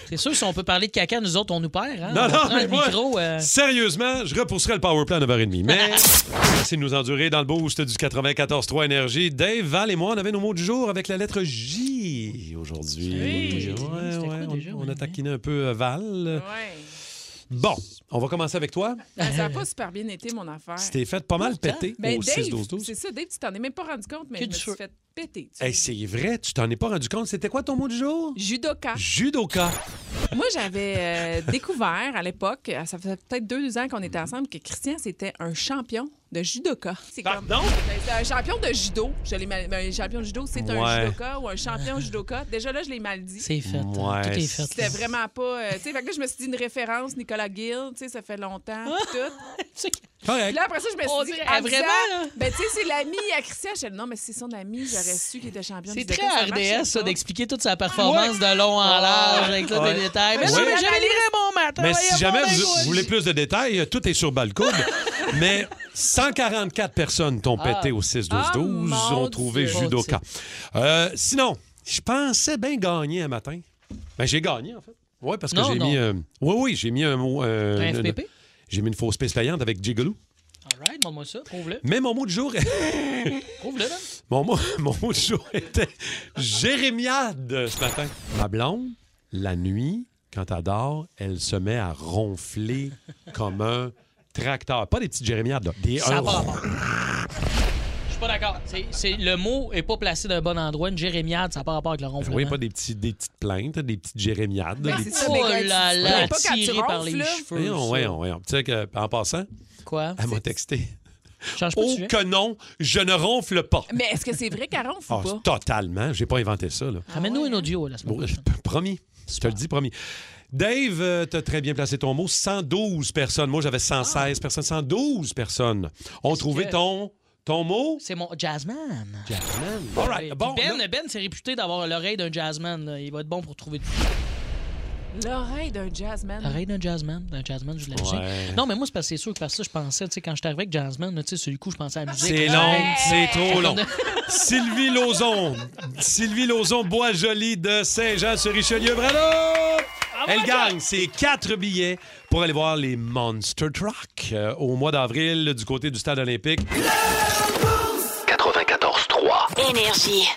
C'est sûr, si on peut parler de caca, nous autres, on nous perd. Hein?
Non, non,
on prend
mais
le
moi,
micro, euh,
sérieusement, je repousserai le power plan à 9h30. Mais merci de nous endurer dans le boost du 94-3 Énergie. Dave, Val et moi, on avait nos mots du jour avec la lettre J aujourd'hui.
Oui.
Ouais,
C'était
ouais,
quoi déjà,
on, on a taquiné un peu euh, Val. Bon, on va commencer avec toi.
Ben, ça n'a pas super bien été, mon affaire.
Tu t'es fait pas mal péter
Ben,
au
Dave,
6-12-12.
C'est ça, Dave, tu t'en es même pas rendu compte, mais
Que
je
du
me suis
feu.
fait péter.
Hey, c'est vrai, tu t'en es pas rendu compte. C'était quoi ton mot du jour?
Judoka.
Judoka.
Moi, j'avais euh, découvert à l'époque, euh, ça faisait peut-être deux ans qu'on était ensemble, que Christian, c'était un champion de judoka. C'est comme-
Pardon?
Ben, c'est un champion de judo. Je l'ai mal- ben, un champion de judo, c'est un
Ouais.
judoka ou un champion judoka. Déjà là, je l'ai mal dit.
c'est fait. hein.
Ouais,
Tout est fait.
C'était vraiment pas. euh, tu sais, fait que là, je me suis dit une référence, Nicolas Gill, tu sais, ça fait longtemps, pis tout. Puis
Correct.
là, après ça, je me
On
suis dit.
dirait-
en
ah, vraiment,
disant,
là?
Ben, tu sais, c'est l'ami à Christian. Je dis, non, mais c'est son ami, j'aurais su qu'il était champion
C'est
du judoka,
très
ça marchait
RDS, ça,
pas.
d'expliquer toute sa performance de long en large, avec tous
Ouais.
les détails. Mais
Ouais.
non, mais
Ouais.
j'avais les mon matin.
Mais si jamais vous, vous voulez plus de détails, tout est sur
(laughs)
Balcoud. Mais 144 personnes t'ont
Ah.
pété au 6-12-12,
Ah, mon
ont trouvé
Dieu.
judoka. Euh, sinon, je pensais bien gagner un matin. Ben, j'ai gagné, en fait. Oui, parce que
Non,
j'ai
non.
mis... euh, oui, oui, j'ai mis un mot... euh,
Un
une-
FPP?
J'ai mis une fausse piste payante avec Jigaloo.
All right, montre-moi ça. Prouve-le.
Mais mon mot du jour...
Prouve-le, là.
Mon mot, (laughs) mon mot du jour était Jérémiade ce matin. Ma blonde, la nuit, quand elle dort, elle se met à ronfler comme un tracteur. Pas des petites Jérémiades, là. Des
Ça
un-
va. Je suis pas d'accord. C'est- c'est- le mot est pas placé d'un bon endroit. Une jérémiade, ça n'a pas rapport avec le ronflement.
Oui, pas des, petits, des petites plaintes, des petites Jérémiades.
Ben,
des
c'est
petits-
ça,
Oh
mais quand tu-
là
tu
là,
voulais pas quand tu
tiré par
ronfles,
les
là.
cheveux.
Voyons,
ça.
voyons, voyons. Tu sais que, en passant,
Quoi?
elle m'a texté.
Change pas de
Oh
sujet.
que non, je ne ronfle pas.
Mais est-ce que c'est vrai qu'elle ronfle
Ah,
ou pas?
totalement. J'ai pas inventé ça, là.
Ramène-nous un audio la semaine
Bon,
prochaine.
p- (laughs) promis. Je te le dis, promis. Dave, euh, t'as très bien placé ton mot. 112 personnes. Moi, j'avais 116 personnes. 112 personnes ont trouvé
Ah. que-
ton, ton mot.
C'est mon jazzman.
Jackman. All right.
Puis
Bon,
ben,
là-
Ben, c'est réputé d'avoir l'oreille d'un jazzman. là. Il va être bon pour trouver du
L'oreille d'un jazzman.
L'oreille d'un jazzman. D'un jazzman, je l'ai dit.
Ouais.
Non, mais moi, c'est parce que c'est sûr que parce que ça, je pensais, tu sais, quand j'étais arrivé avec jazzman, là, tu sais, sur le coup, je pensais à la musique.
C'est
là.
long,
Ouais.
c'est trop
(laughs)
long.
Fait
Sylvie Lauzon. Sylvie Lauzon, bois joli de Saint-Jean-sur-Richelieu. Bravo!
Ah,
Elle gagne ses quatre billets pour aller voir les Monster Truck euh, au mois d'avril du côté du Stade olympique.
94-3.
Énergie.